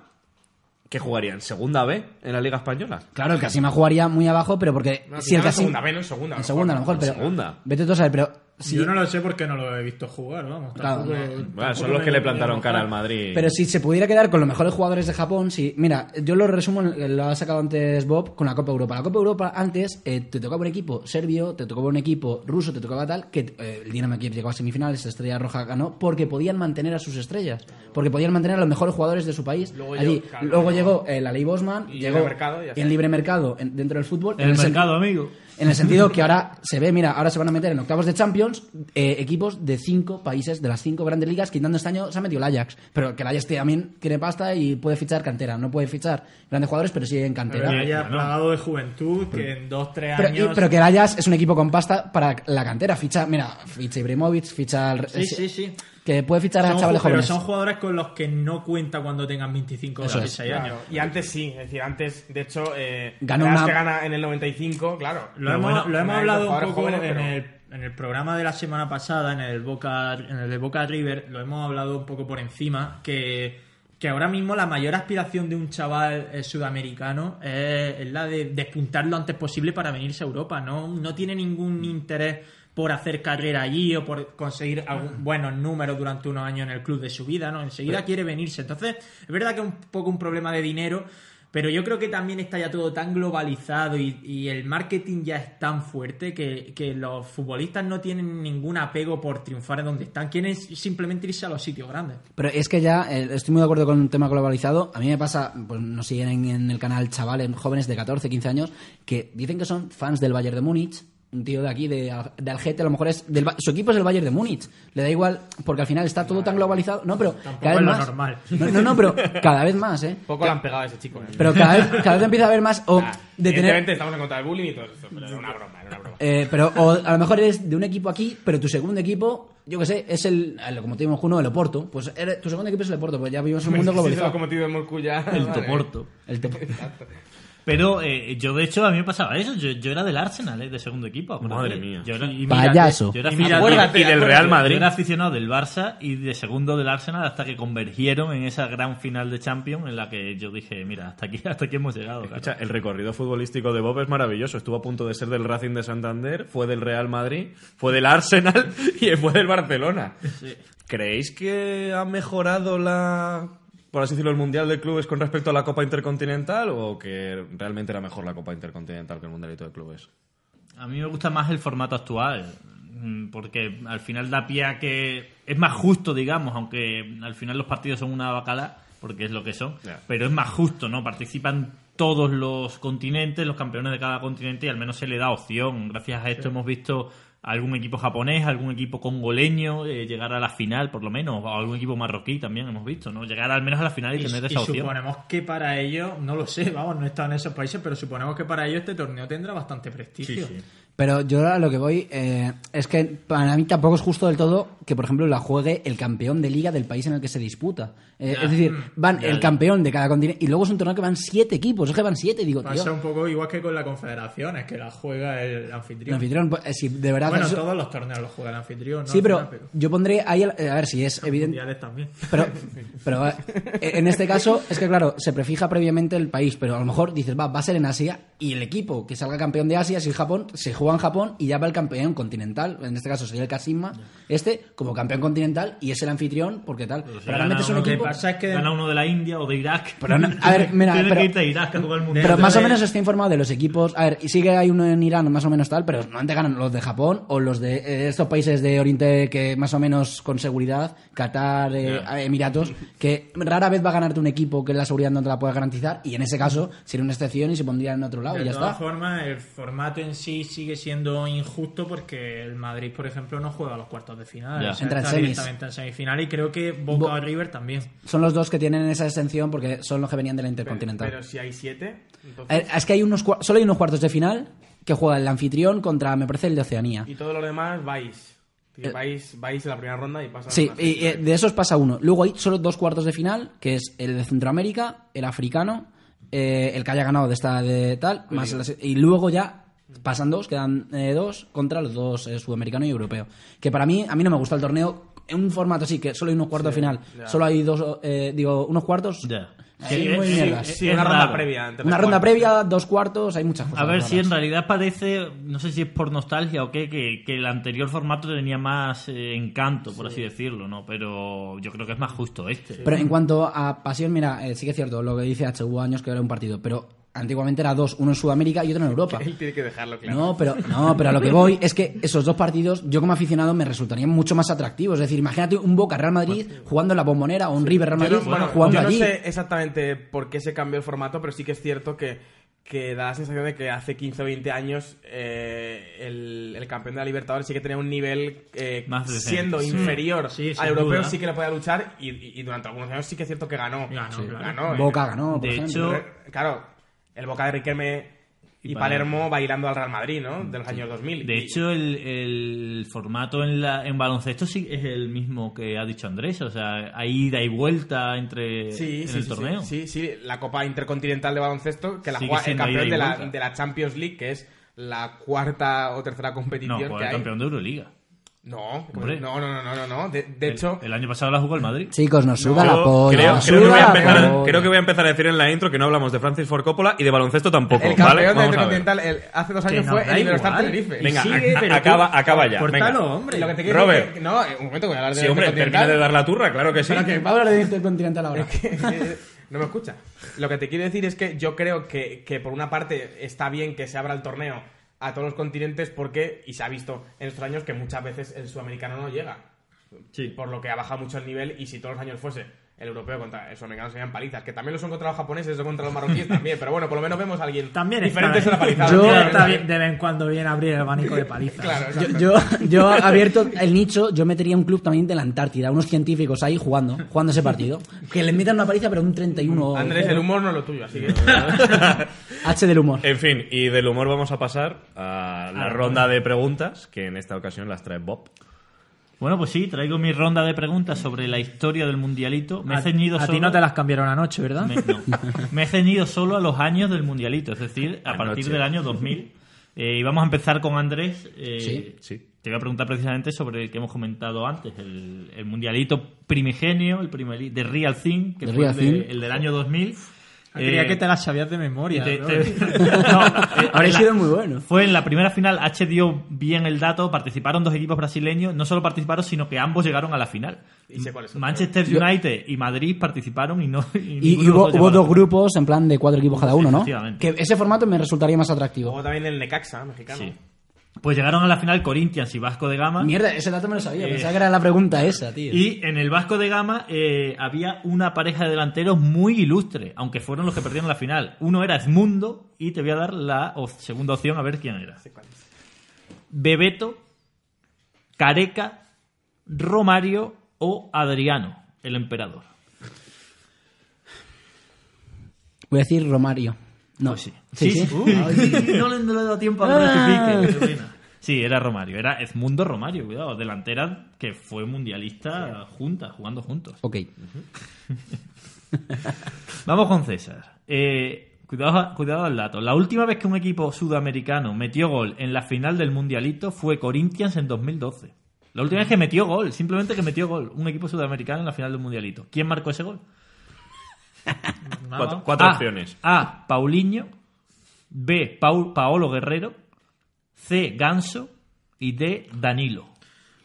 Speaker 1: que jugaría en Segunda B en la Liga Española.
Speaker 2: <laughs> Claro, el Casima jugaría muy abajo, pero porque
Speaker 4: No,
Speaker 2: si el
Speaker 4: final,
Speaker 2: Casima.
Speaker 4: segunda, menos segunda. a
Speaker 2: En
Speaker 4: lo
Speaker 2: segunda, a lo mejor,
Speaker 1: En
Speaker 2: pero.
Speaker 1: segunda.
Speaker 2: Vete tú a saber, pero. Si,
Speaker 3: Yo no lo sé porque no lo he visto jugar, vamos.
Speaker 2: Claro,
Speaker 3: tampoco-
Speaker 2: no.
Speaker 1: Bueno, son
Speaker 3: tampoco
Speaker 1: los que
Speaker 3: me-
Speaker 1: le plantaron cara al Madrid.
Speaker 2: Pero si se pudiera quedar con los mejores jugadores de Japón, si. Mira, yo lo resumo, en- lo ha sacado antes Bob, con la Copa Europa. La Copa Europa antes eh, te tocaba un equipo serbio, te tocaba un equipo ruso, te tocaba tal, que eh, el Dinamo Kiev llegó a semifinales, Estrella Roja ganó, porque podían mantener a sus estrellas, porque podían mantener a los mejores jugadores de su país.
Speaker 4: Luego
Speaker 2: Allí.
Speaker 4: llegó- claro,
Speaker 2: luego
Speaker 4: luego-
Speaker 2: llegó eh, la ley Bosman,
Speaker 4: Y
Speaker 2: llegó
Speaker 4: libre mercado, ya está.
Speaker 2: en libre mercado en- dentro del fútbol.
Speaker 5: En el
Speaker 2: sen-
Speaker 5: mercado, amigo.
Speaker 2: En el sentido que ahora se ve, mira, ahora se van a meter en octavos de Champions eh, equipos de cinco países, de las cinco grandes ligas, quitando este año se ha metido el Ajax. Pero que el Ajax también tiene pasta y puede fichar cantera. No puede fichar grandes jugadores, pero sí en
Speaker 3: Pero
Speaker 2: cantera.
Speaker 5: Oye,
Speaker 3: que haya
Speaker 5: no.
Speaker 3: plagado de juventud, que en dos, tres
Speaker 2: Pero,
Speaker 3: años.
Speaker 2: y- pero que el Ajax es un equipo con pasta para la cantera. Ficha, mira, ficha Ibrahimovic, ficha... al-
Speaker 3: Sí, sí, sí.
Speaker 2: Que puede fichar a
Speaker 3: Son
Speaker 2: chavales
Speaker 3: ju- pero
Speaker 2: jóvenes.
Speaker 3: son jugadores con los que no cuenta cuando tengan 25 o
Speaker 2: Eso es.
Speaker 3: 26 años.
Speaker 4: Claro, Y antes sí, es decir, antes, de hecho, eh,
Speaker 2: Ganó
Speaker 4: Real
Speaker 2: una-
Speaker 4: que gana en el 95, claro.
Speaker 3: Lo
Speaker 5: Pero
Speaker 3: hemos,
Speaker 5: bueno,
Speaker 3: lo hemos
Speaker 4: hay
Speaker 3: hablado un
Speaker 4: jugadores
Speaker 3: poco
Speaker 4: jóvenes,
Speaker 3: en,
Speaker 4: pero-
Speaker 3: el, en el programa de la semana pasada, en el Boca, en el de Boca River, lo hemos hablado un poco por encima, que, que ahora mismo la mayor aspiración de un chaval eh, sudamericano es, es la de despuntar lo antes posible para venirse a Europa. No, no tiene ningún interés por hacer carrera allí o por conseguir algún- buenos números durante unos años en el club de su vida, ¿no? Enseguida quiere venirse. Entonces, es verdad que es un poco un problema de dinero, pero yo creo que también está ya todo tan globalizado y, y el marketing ya es tan fuerte que, que los futbolistas no tienen ningún apego por triunfar en donde están. Quieren simplemente irse a los sitios grandes.
Speaker 2: Pero es que ya eh, estoy muy de acuerdo con un tema globalizado. A mí me pasa, pues nos siguen en, en el canal chavales, jóvenes de 14, 15 años, que dicen que son fans del Bayern de Múnich, un tío de aquí, de, Al- de Algete, a lo mejor es. Del, Ba- su equipo es el Bayern de Múnich. Le da igual, porque al final está todo tan globalizado. No, pero. cada vez
Speaker 3: es lo
Speaker 2: más.
Speaker 3: normal.
Speaker 2: No, no, no, pero cada vez más, ¿eh?
Speaker 4: Poco le han pegado a ese chico. ¿eh?
Speaker 2: Pero cada vez, cada vez empieza a haber más. O
Speaker 4: Ah,
Speaker 2: de tener.
Speaker 4: Evidentemente estamos en contra del bullying y todo eso, pero era una broma, era una broma.
Speaker 2: Eh, pero o a lo mejor eres de un equipo aquí, pero tu segundo equipo, yo que sé, es el, el- como te dijimos, uno, el Oporto. Pues eres- tu segundo equipo es el Oporto, pues ya vivimos un mundo
Speaker 4: <laughs> Sí, se lo ha
Speaker 2: globalizado.
Speaker 4: cometido en Morcuya.
Speaker 3: Ah,
Speaker 5: El
Speaker 4: vale.
Speaker 5: Toporto.
Speaker 2: El te-
Speaker 5: Pero eh, yo, de hecho, a mí me pasaba eso. Yo, yo era del Arsenal, eh, de segundo equipo. acuérdate.
Speaker 1: Madre mía.
Speaker 5: Yo era, y
Speaker 2: Payaso.
Speaker 5: Yo era
Speaker 4: Y
Speaker 5: aficionado-
Speaker 4: acuérdate,
Speaker 1: y del
Speaker 4: acuérdate.
Speaker 1: Real Madrid.
Speaker 5: Yo era aficionado del Barça y de segundo del Arsenal hasta que convergieron en esa gran final de Champions en la que yo dije, mira, hasta aquí, <laughs> hasta aquí hemos llegado. claro".
Speaker 1: Escucha, el recorrido futbolístico de Bob es maravilloso. Estuvo a punto de ser del Racing de Santander, fue del Real Madrid, fue del Arsenal <laughs> y fue del Barcelona. ¿Creéis que ha mejorado la, por así decirlo, el Mundial de Clubes con respecto a la Copa Intercontinental o que realmente era mejor la Copa Intercontinental que el Mundialito de Clubes?
Speaker 5: A mí me gusta más el formato actual, mm, porque al final da pie a que es más justo, digamos, aunque al final los partidos son una bacala, porque es lo que son,
Speaker 1: Ya.
Speaker 5: pero es más justo, ¿no? Participan todos los continentes, los campeones de cada continente, y al menos se le da opción. Gracias a esto hemos visto a algún equipo japonés, a algún equipo congoleño eh, llegar a la final, por lo menos, o a algún equipo marroquí también hemos visto, ¿no? Llegar al menos a la final y,
Speaker 3: Y,
Speaker 5: tener
Speaker 3: y
Speaker 5: esa opción.
Speaker 3: suponemos que para ellos, no lo sé, vamos, no he estado en esos países, pero suponemos que para ellos este torneo tendrá bastante prestigio.
Speaker 5: Sí, sí.
Speaker 2: Pero yo a lo que voy eh, es que para mí tampoco es justo del todo que, por ejemplo, la juegue el campeón de liga del país en el que se disputa. Eh, es decir, van el campeón de cada continente y luego es un torneo que van siete equipos, es que van siete, digo,
Speaker 3: Pasa
Speaker 2: tío.
Speaker 3: un poco igual que con la Confederación, es que la juega el
Speaker 2: El
Speaker 3: anfitrión.
Speaker 2: anfitrión, pues, eh, si de verdad.
Speaker 3: bueno,
Speaker 2: eso-
Speaker 3: todos los torneos los juega el anfitrión, ¿no?
Speaker 2: sí, pero
Speaker 3: Al final,
Speaker 2: yo pondré ahí, el- eh, a ver si es evidente.
Speaker 3: mundiales también.
Speaker 2: Pero, pero eh, en este caso es que, claro, se prefija previamente el país, pero a lo mejor dices, va, va a ser en Asia y el equipo que salga campeón de Asia, si es Japón, se juega en Japón y ya va el campeón continental. En este caso sería el Kashima, este como campeón continental y es el anfitrión porque tal. Pero
Speaker 5: Si gana
Speaker 2: realmente es un
Speaker 5: uno de-
Speaker 2: equipo.
Speaker 3: pasa es que-
Speaker 5: Gana uno de la India o de Irak.
Speaker 2: Pero no- a ver, mira,
Speaker 5: <laughs> Tiene
Speaker 2: pero-
Speaker 5: que irte a Irak a jugar el mundial.
Speaker 2: Pero más o
Speaker 3: de-
Speaker 2: menos estoy informado de los equipos. A ver, y sí que hay uno en Irán, más o menos tal, pero no te ganan los de Japón o los de eh, estos países de Oriente que más o menos con seguridad, Qatar, eh, Emiratos, que rara vez va a ganarte un equipo que la seguridad no te la pueda garantizar y en ese caso sería una excepción y se pondría en otro lado y
Speaker 3: De
Speaker 2: Ah, ya
Speaker 3: todas
Speaker 2: está.
Speaker 3: formas, el formato en sí sigue siendo injusto porque el Madrid, por ejemplo, no juega a los cuartos de final.
Speaker 5: Ya.
Speaker 3: O sea,
Speaker 2: Entra en
Speaker 3: está
Speaker 2: semis.
Speaker 3: directamente en semifinal y creo que Boca
Speaker 2: Bo-
Speaker 3: o River también.
Speaker 2: Son los dos que tienen esa exención porque son los que venían de la
Speaker 4: Pero,
Speaker 2: Intercontinental.
Speaker 4: pero si hay siete, entonces...
Speaker 2: Eh, Es que hay unos cua- solo hay unos cuartos de final que juega el anfitrión contra, me parece, el de Oceanía.
Speaker 4: Y todos los demás vais. Si vais, vais a la primera ronda y pasáis.
Speaker 2: Eh. Sí, y, eh, de esos pasa uno. Luego hay solo dos cuartos de final, que es el de Centroamérica, el africano, eh, el que haya ganado de esta de tal, más las- y luego ya pasan dos, quedan eh, dos contra los dos, eh, sudamericano y europeo. Que para mí, a mí no me gusta el torneo en un formato así, que solo hay unos cuartos de final, solo hay dos, eh, digo, unos cuartos,
Speaker 5: Ya.
Speaker 2: Ahí
Speaker 5: Sí,
Speaker 2: muy
Speaker 5: sí,
Speaker 2: mierdas.
Speaker 5: sí, es
Speaker 4: una ronda
Speaker 5: raro.
Speaker 4: previa. antes
Speaker 2: una
Speaker 4: del
Speaker 2: ronda
Speaker 4: cuarto.
Speaker 2: previa, dos cuartos, hay muchas cosas.
Speaker 5: A ver si en
Speaker 2: raras.
Speaker 5: realidad parece, no sé si es por nostalgia o qué, que, que el anterior formato tenía más eh, encanto, por así decirlo, ¿no? Pero yo creo que es más justo este.
Speaker 2: Pero en cuanto a pasión, mira, eh, sí que es cierto, lo que dice H, hubo años que era un partido, pero antiguamente era dos, uno en Sudamérica y otro en
Speaker 4: <laughs>
Speaker 2: Europa.
Speaker 4: Él tiene que dejarlo claro.
Speaker 2: No, pero no, pero a lo que voy es que esos dos partidos, yo como aficionado, me resultarían mucho más atractivos. Es decir, imagínate un Boca Real Madrid jugando en la bombonera o un River Real
Speaker 4: Yo
Speaker 2: Madrid
Speaker 4: no, Pues, bueno,
Speaker 2: jugando
Speaker 4: yo no
Speaker 2: allí.
Speaker 4: sé exactamente por qué se cambió el formato, pero sí que es cierto que, que da la sensación de que hace 15 o 20 años eh, el, el campeón de la Libertadores sí que tenía un nivel eh,
Speaker 5: Más decente,
Speaker 4: siendo
Speaker 5: sí.
Speaker 4: inferior
Speaker 3: Sí, sin
Speaker 4: al europeo,
Speaker 3: duda.
Speaker 4: sí que le podía luchar y, y- y durante algunos años sí que es cierto que ganó.
Speaker 3: Ganó,
Speaker 4: Sí,
Speaker 3: claro.
Speaker 4: ganó, eh.
Speaker 2: Boca ganó, por
Speaker 5: De
Speaker 2: ejemplo.
Speaker 5: hecho-
Speaker 4: Re- Claro, el Boca de Riquelme y,
Speaker 5: Y
Speaker 4: Palermo, bailando al Real Madrid, ¿no? De los años 2000.
Speaker 5: De
Speaker 4: Y-
Speaker 5: hecho, el, el formato en, la, en baloncesto sí es el mismo que ha dicho Andrés, o sea, hay ida y vuelta entre
Speaker 4: Sí,
Speaker 5: en
Speaker 4: sí,
Speaker 5: el
Speaker 4: sí,
Speaker 5: torneo.
Speaker 4: Sí, sí, sí, la Copa Intercontinental de Baloncesto, que la
Speaker 5: Sigue
Speaker 4: juega el
Speaker 5: siendo
Speaker 4: campeón
Speaker 5: ida
Speaker 4: de
Speaker 5: y
Speaker 4: la,
Speaker 5: vuelta.
Speaker 4: de la Champions League, que es la cuarta o tercera
Speaker 5: No,
Speaker 4: competición
Speaker 5: juega
Speaker 4: que
Speaker 5: el
Speaker 4: hay.
Speaker 5: campeón de Euroliga.
Speaker 4: No, pues
Speaker 5: Hombre.
Speaker 4: no, no, no, no, no, no. De, de
Speaker 5: El-
Speaker 4: hecho,
Speaker 5: El, año pasado la jugó el Madrid.
Speaker 2: Chicos, nos suda
Speaker 1: Yo
Speaker 2: la polla.
Speaker 1: creo,
Speaker 2: nos
Speaker 1: creo que
Speaker 2: suda
Speaker 1: voy a
Speaker 2: la
Speaker 1: empezar,
Speaker 2: polla.
Speaker 1: creo que voy a empezar a decir en la intro que no hablamos de Francis Ford Coppola y de baloncesto tampoco.
Speaker 4: el
Speaker 1: ¿vale?
Speaker 4: campeón de
Speaker 1: Vamos a ver.
Speaker 4: Intercontinental el- hace dos
Speaker 3: Que
Speaker 4: años
Speaker 3: nos
Speaker 4: fue
Speaker 3: da
Speaker 4: el Iberostar
Speaker 3: igual.
Speaker 4: Tenerife.
Speaker 3: Y
Speaker 1: Venga,
Speaker 3: sigue,
Speaker 1: a-
Speaker 3: pero
Speaker 1: acaba-
Speaker 3: tú-
Speaker 1: acaba ya,
Speaker 3: córtalo,
Speaker 1: venga.
Speaker 3: hombre.
Speaker 4: Lo que te quiero
Speaker 1: Robert.
Speaker 4: decir que- no, eh, un momento que voy a hablar de
Speaker 1: Sí, hombre, termina
Speaker 4: Intercontinental.
Speaker 1: de dar la turra, claro que sí.
Speaker 2: Pero que va a hablar de Intercontinental ahora.
Speaker 4: <laughs> no me escucha. Lo que te quiero decir es que yo creo que, que por una parte está bien que se abra el torneo a todos los continentes porque, y se ha visto en estos años, que muchas veces el sudamericano no llega. Por lo que ha bajado mucho el nivel y si todos los años fuese el europeo contra el sudamericano serían palizas, que también lo son contra los japoneses o contra los marroquíes también, pero bueno, por lo menos vemos a alguien
Speaker 3: También está
Speaker 4: diferente es
Speaker 3: bien.
Speaker 4: una palizada.
Speaker 3: Yo-
Speaker 4: Claro,
Speaker 3: está
Speaker 4: claro.
Speaker 3: bien, de vez en cuando viene a abrir el abanico de palizas.
Speaker 4: Claro,
Speaker 2: Yo,
Speaker 4: exacto.
Speaker 2: yo, yo abierto el nicho, yo metería un club también de la Antártida, unos científicos ahí jugando, jugando ese partido. Que le metan una paliza, pero un 31.
Speaker 4: Andrés, el humor no es lo tuyo, así que...
Speaker 2: H del humor.
Speaker 1: En fin, y del humor vamos a pasar a la ronda de preguntas, que en esta ocasión las trae Bob.
Speaker 5: Bueno, pues sí, traigo mi ronda de preguntas sobre la historia del mundialito. Me he
Speaker 3: A,
Speaker 5: ceñido
Speaker 3: a
Speaker 5: solo...
Speaker 3: ti no te las cambiaron anoche, ¿verdad?
Speaker 2: <laughs>
Speaker 5: Me, no. Me he ceñido solo a los años del mundialito, es decir, a partir del año 2000. Eh, y vamos a empezar con Andrés. Eh,
Speaker 2: Sí.
Speaker 1: Sí.
Speaker 5: Te voy a preguntar precisamente sobre el que hemos comentado antes, el, el mundialito primigenio, el primer de Real Thing, que
Speaker 2: The
Speaker 5: fue
Speaker 2: Real
Speaker 5: el, de-
Speaker 2: Thing.
Speaker 5: el del año 2000.
Speaker 3: Ah, Creía
Speaker 5: Eh,
Speaker 3: que te las sabías de memoria.
Speaker 5: te-
Speaker 3: ¿no?
Speaker 5: te- <laughs> no, eh,
Speaker 2: Habría
Speaker 5: la-
Speaker 2: sido muy bueno.
Speaker 5: fue en la primera final, H dio bien el dato, participaron dos equipos brasileños, no solo participaron, sino que ambos llegaron a la final.
Speaker 4: Y sé cuáles son.
Speaker 5: Manchester United y Madrid participaron y no...
Speaker 2: Y,
Speaker 5: ninguno
Speaker 2: y
Speaker 5: de los
Speaker 2: hubo, hubo
Speaker 5: llevó a la
Speaker 2: dos
Speaker 5: final.
Speaker 2: grupos en plan de cuatro equipos cada uno, ¿no?
Speaker 5: Efectivamente.
Speaker 2: Que ese formato me resultaría más atractivo.
Speaker 4: Luego también el Necaxa, mexicano.
Speaker 5: Sí. Pues llegaron a la final Corinthians y Vasco de Gama.
Speaker 2: Mierda, ese dato me lo sabía, pensaba que era la pregunta esa, tío.
Speaker 5: Y en el Vasco de Gama eh, había una pareja de delanteros muy ilustre, aunque fueron los que perdieron la final. Uno era Edmundo y te voy a dar la op- segunda opción a ver quién era. Bebeto, Careca, Romario o Adriano, el emperador.
Speaker 2: Voy a decir Romario. No,
Speaker 5: Pues sí.
Speaker 2: Sí, sí.
Speaker 5: Uy, <laughs> no le no le he dado tiempo a que
Speaker 2: Ah.
Speaker 5: rectifique, qué pena. Sí, era Romario, era Edmundo Romario, cuidado, delantera que fue mundialista junta, jugando juntos.
Speaker 2: Ok.
Speaker 5: Vamos con César. Eh, cuidado, cuidado al dato. La última vez que un equipo sudamericano metió gol en la final del Mundialito fue Corinthians en 2012. La última vez que metió gol, simplemente que metió gol, un equipo sudamericano en la final del Mundialito. ¿Quién marcó ese gol?
Speaker 1: Ah, Cuatro, cuatro
Speaker 5: A,
Speaker 1: opciones.
Speaker 5: A. Paulinho. B. Pau- Paolo Guerrero. C. Ganso. Y D. Danilo.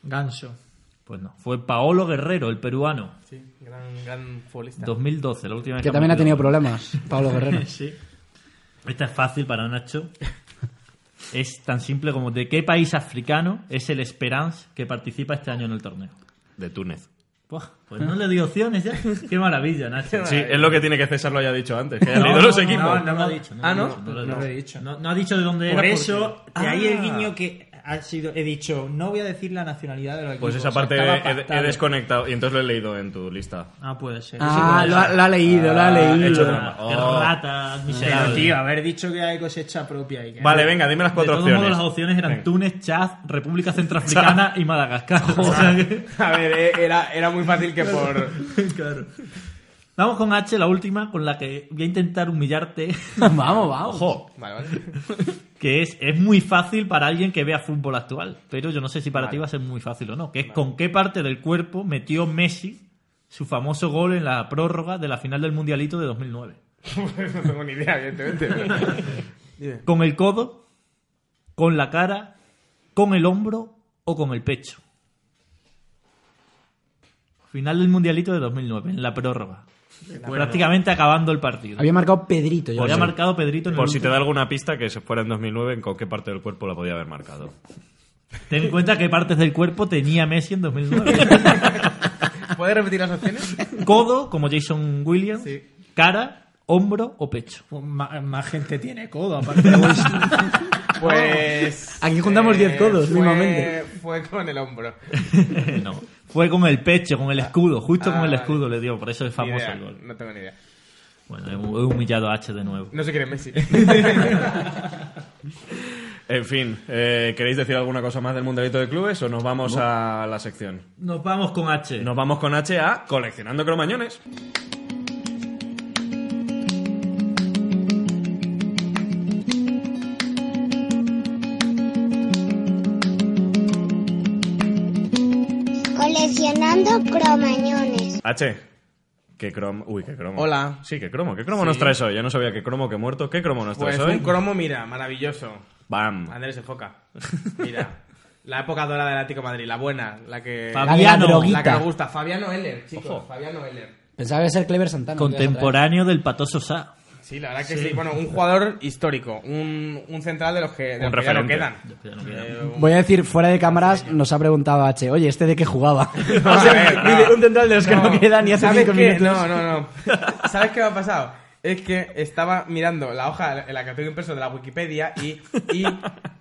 Speaker 3: Ganso.
Speaker 5: Pues no, fue Paolo Guerrero, el peruano.
Speaker 4: Sí, gran, gran futbolista. <laughs>
Speaker 5: 2012, la última vez
Speaker 2: Que también ha tenido
Speaker 5: metido gol.
Speaker 2: problemas, Pablo Guerrero.
Speaker 5: <laughs> Sí. Esta es fácil para Nacho. Es tan simple como de qué país africano es el Esperance que participa este año en el torneo.
Speaker 1: De Túnez.
Speaker 5: Buah, pues no le di opciones ya. Qué maravilla, Nacho.
Speaker 3: eh,
Speaker 1: Sí, es lo que tiene que César lo haya dicho antes, que haya leído los equipos.
Speaker 3: No, no lo ha dicho.
Speaker 4: Ah,
Speaker 5: lo
Speaker 4: ¿no?
Speaker 5: ha dicho, lo ha
Speaker 3: No
Speaker 5: dicho.
Speaker 3: lo he dicho.
Speaker 5: No, no ha dicho de dónde
Speaker 3: Por
Speaker 5: era.
Speaker 3: eso,
Speaker 5: porque-
Speaker 3: de ahí el guiño que ha sido, he dicho, no voy a decir la nacionalidad de los
Speaker 1: Pues
Speaker 3: equipos,
Speaker 1: esa
Speaker 3: o sea,
Speaker 1: parte
Speaker 3: estaba
Speaker 1: he, he
Speaker 3: pactado.
Speaker 1: desconectado y entonces lo he leído en tu lista.
Speaker 3: Ah, puede ser.
Speaker 2: Ah, lo ha, lo ha leído, lo ha
Speaker 1: Ah, he
Speaker 2: leído.
Speaker 1: hecho broma.
Speaker 5: Qué
Speaker 1: Oh.
Speaker 5: rata, miserable.
Speaker 3: Pero, tío, haber dicho que hay cosecha propia y que...
Speaker 1: Vale, venga, dime las
Speaker 5: de
Speaker 1: cuatro
Speaker 5: todos
Speaker 1: opciones.
Speaker 5: modos, las opciones eran
Speaker 1: Venga.
Speaker 5: Túnez, Chad,
Speaker 1: <laughs>
Speaker 5: República Centroafricana y Madagascar. <laughs> O sea que-
Speaker 4: A ver, eh, era, era muy fácil que por...
Speaker 5: Claro. Vamos con H, la última, con la que voy a intentar humillarte.
Speaker 2: <laughs> Vamos, vamos.
Speaker 5: Ojo,
Speaker 4: Vale, <laughs> vale.
Speaker 5: que es, es muy fácil para alguien que vea fútbol actual, pero yo no sé si para ti va a ser muy fácil o no, que es con qué parte del cuerpo metió Messi su famoso gol en la prórroga de la final del Mundialito de 2009.
Speaker 4: Pues no tengo ni idea, evidentemente. <laughs> Dime.
Speaker 5: ¿Con el codo? ¿Con la cara? ¿Con el hombro? ¿O con el pecho? Final del Mundialito de 2009, en la prórroga. Prácticamente acabando el partido.
Speaker 2: Había marcado Pedrito. Yo
Speaker 5: Lo había
Speaker 2: creo.
Speaker 5: marcado Pedrito en el
Speaker 1: Por si te
Speaker 5: último.
Speaker 1: da alguna pista que se fuera en 2009, ¿en con qué parte del cuerpo la podía haber marcado?
Speaker 5: Ten en cuenta qué partes del cuerpo tenía Messi
Speaker 1: <laughs>
Speaker 5: en 2009.
Speaker 4: ¿Puedes repetir las opciones? <laughs>
Speaker 5: Codo, como Jason Williams.
Speaker 4: Sí.
Speaker 5: Cara, hombro o pecho. <laughs>
Speaker 3: Pues ma- más gente tiene codo, aparte
Speaker 1: <laughs>
Speaker 3: de
Speaker 4: Pues...
Speaker 2: Aquí juntamos 10 codos,
Speaker 4: fue-
Speaker 2: mínimamente.
Speaker 4: Fue con el hombro.
Speaker 5: no. Fue con el pecho, con el escudo. Justo
Speaker 4: Ah,
Speaker 5: con el
Speaker 4: vale.
Speaker 5: escudo le dio. Por eso es
Speaker 4: Ni
Speaker 5: famoso
Speaker 4: idea,
Speaker 5: el gol.
Speaker 4: No tengo ni idea.
Speaker 5: Bueno, he he humillado a H de nuevo.
Speaker 4: No sé quién es Messi.
Speaker 1: En fin, eh, ¿queréis decir alguna cosa más del mundialito de clubes o nos vamos a la sección?
Speaker 5: Nos vamos con H.
Speaker 1: Nos vamos con H a coleccionando cromañones.
Speaker 6: Coleccionando cromañones.
Speaker 1: H. ¿Qué cromo? Uy, qué cromo.
Speaker 4: Hola.
Speaker 1: Sí, qué cromo. ¿Qué cromo nos traes hoy? Ya no sabía qué cromo, qué muerto. ¿Qué cromo nos traes
Speaker 4: Pues
Speaker 1: hoy?
Speaker 4: un cromo, mira, maravilloso.
Speaker 1: Bam.
Speaker 4: Andrés, enfoca. Mira. La época dorada del Atlético de Madrid, la buena, la que...
Speaker 2: La de la
Speaker 5: Fabiano,
Speaker 2: droguita.
Speaker 4: La que nos gusta. Fabiano Heller, chicos.
Speaker 1: Ojo.
Speaker 4: Fabiano Heller.
Speaker 2: Pensaba que iba a ser Clever Santana.
Speaker 5: Contemporáneo del patoso Sa.
Speaker 4: Sí, la verdad que sí. Bueno, un jugador histórico, un, un central de los que, de
Speaker 1: Un
Speaker 4: los que ya no
Speaker 1: referente.
Speaker 4: quedan.
Speaker 5: Ya no queda.
Speaker 4: Eh, un-
Speaker 2: Voy a decir, fuera de cámaras, nos ha preguntado H, oye, ¿este de qué jugaba?
Speaker 4: No,
Speaker 2: O sea,
Speaker 4: <laughs> a ver, no.
Speaker 2: dice, un central de los que no queda ni hace
Speaker 4: ¿sabes
Speaker 2: cinco
Speaker 4: qué?
Speaker 2: minutos.
Speaker 4: No, no, no. ¿Sabes qué me ha pasado? Es que estaba mirando la hoja en la que tengo impreso de la Wikipedia y, y,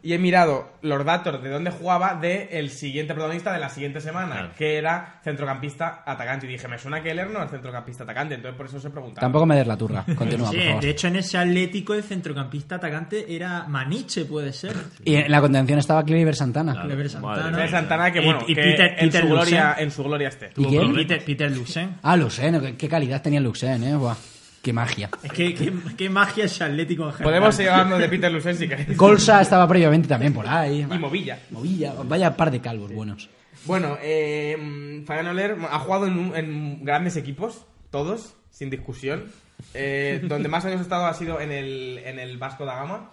Speaker 4: y he mirado los datos de dónde jugaba de el siguiente protagonista de la siguiente semana,
Speaker 5: Claro.
Speaker 4: que era centrocampista atacante. Y dije, me suena que Lerner no es centrocampista atacante, entonces por eso se preguntaba.
Speaker 2: Tampoco me des la
Speaker 5: <laughs>
Speaker 2: turra. Continúa,
Speaker 3: Sí,
Speaker 2: por favor.
Speaker 3: de hecho, en ese Atlético, el centrocampista atacante era Maniche, puede ser.
Speaker 2: Y en la contención estaba Cliver Santana.
Speaker 3: Clever Santana.
Speaker 1: mía.
Speaker 4: De Santana, que
Speaker 3: Y-
Speaker 4: bueno,
Speaker 3: y
Speaker 4: que
Speaker 3: Peter-
Speaker 4: en,
Speaker 3: Peter
Speaker 4: su gloria,
Speaker 3: Lucen.
Speaker 4: en su gloria esté.
Speaker 2: ¿Y quién?
Speaker 3: Peter, Peter Lucen.
Speaker 2: Ah, Luxen, qué- qué calidad tenía Luxen, eh. Buah, qué magia.
Speaker 3: Es que qué, qué magia es Atlético en general.
Speaker 4: Podemos llevarnos de Peter Lucen si queréis.
Speaker 2: Colsa estaba previamente también por ahí.
Speaker 4: Y Movilla.
Speaker 2: Movilla, vaya par de calvos buenos.
Speaker 4: Bueno, eh, mm, Fabián Oler ha jugado en, un- en grandes equipos, todos, sin discusión. Eh, donde más años ha estado ha sido en el, en el Vasco da Gama,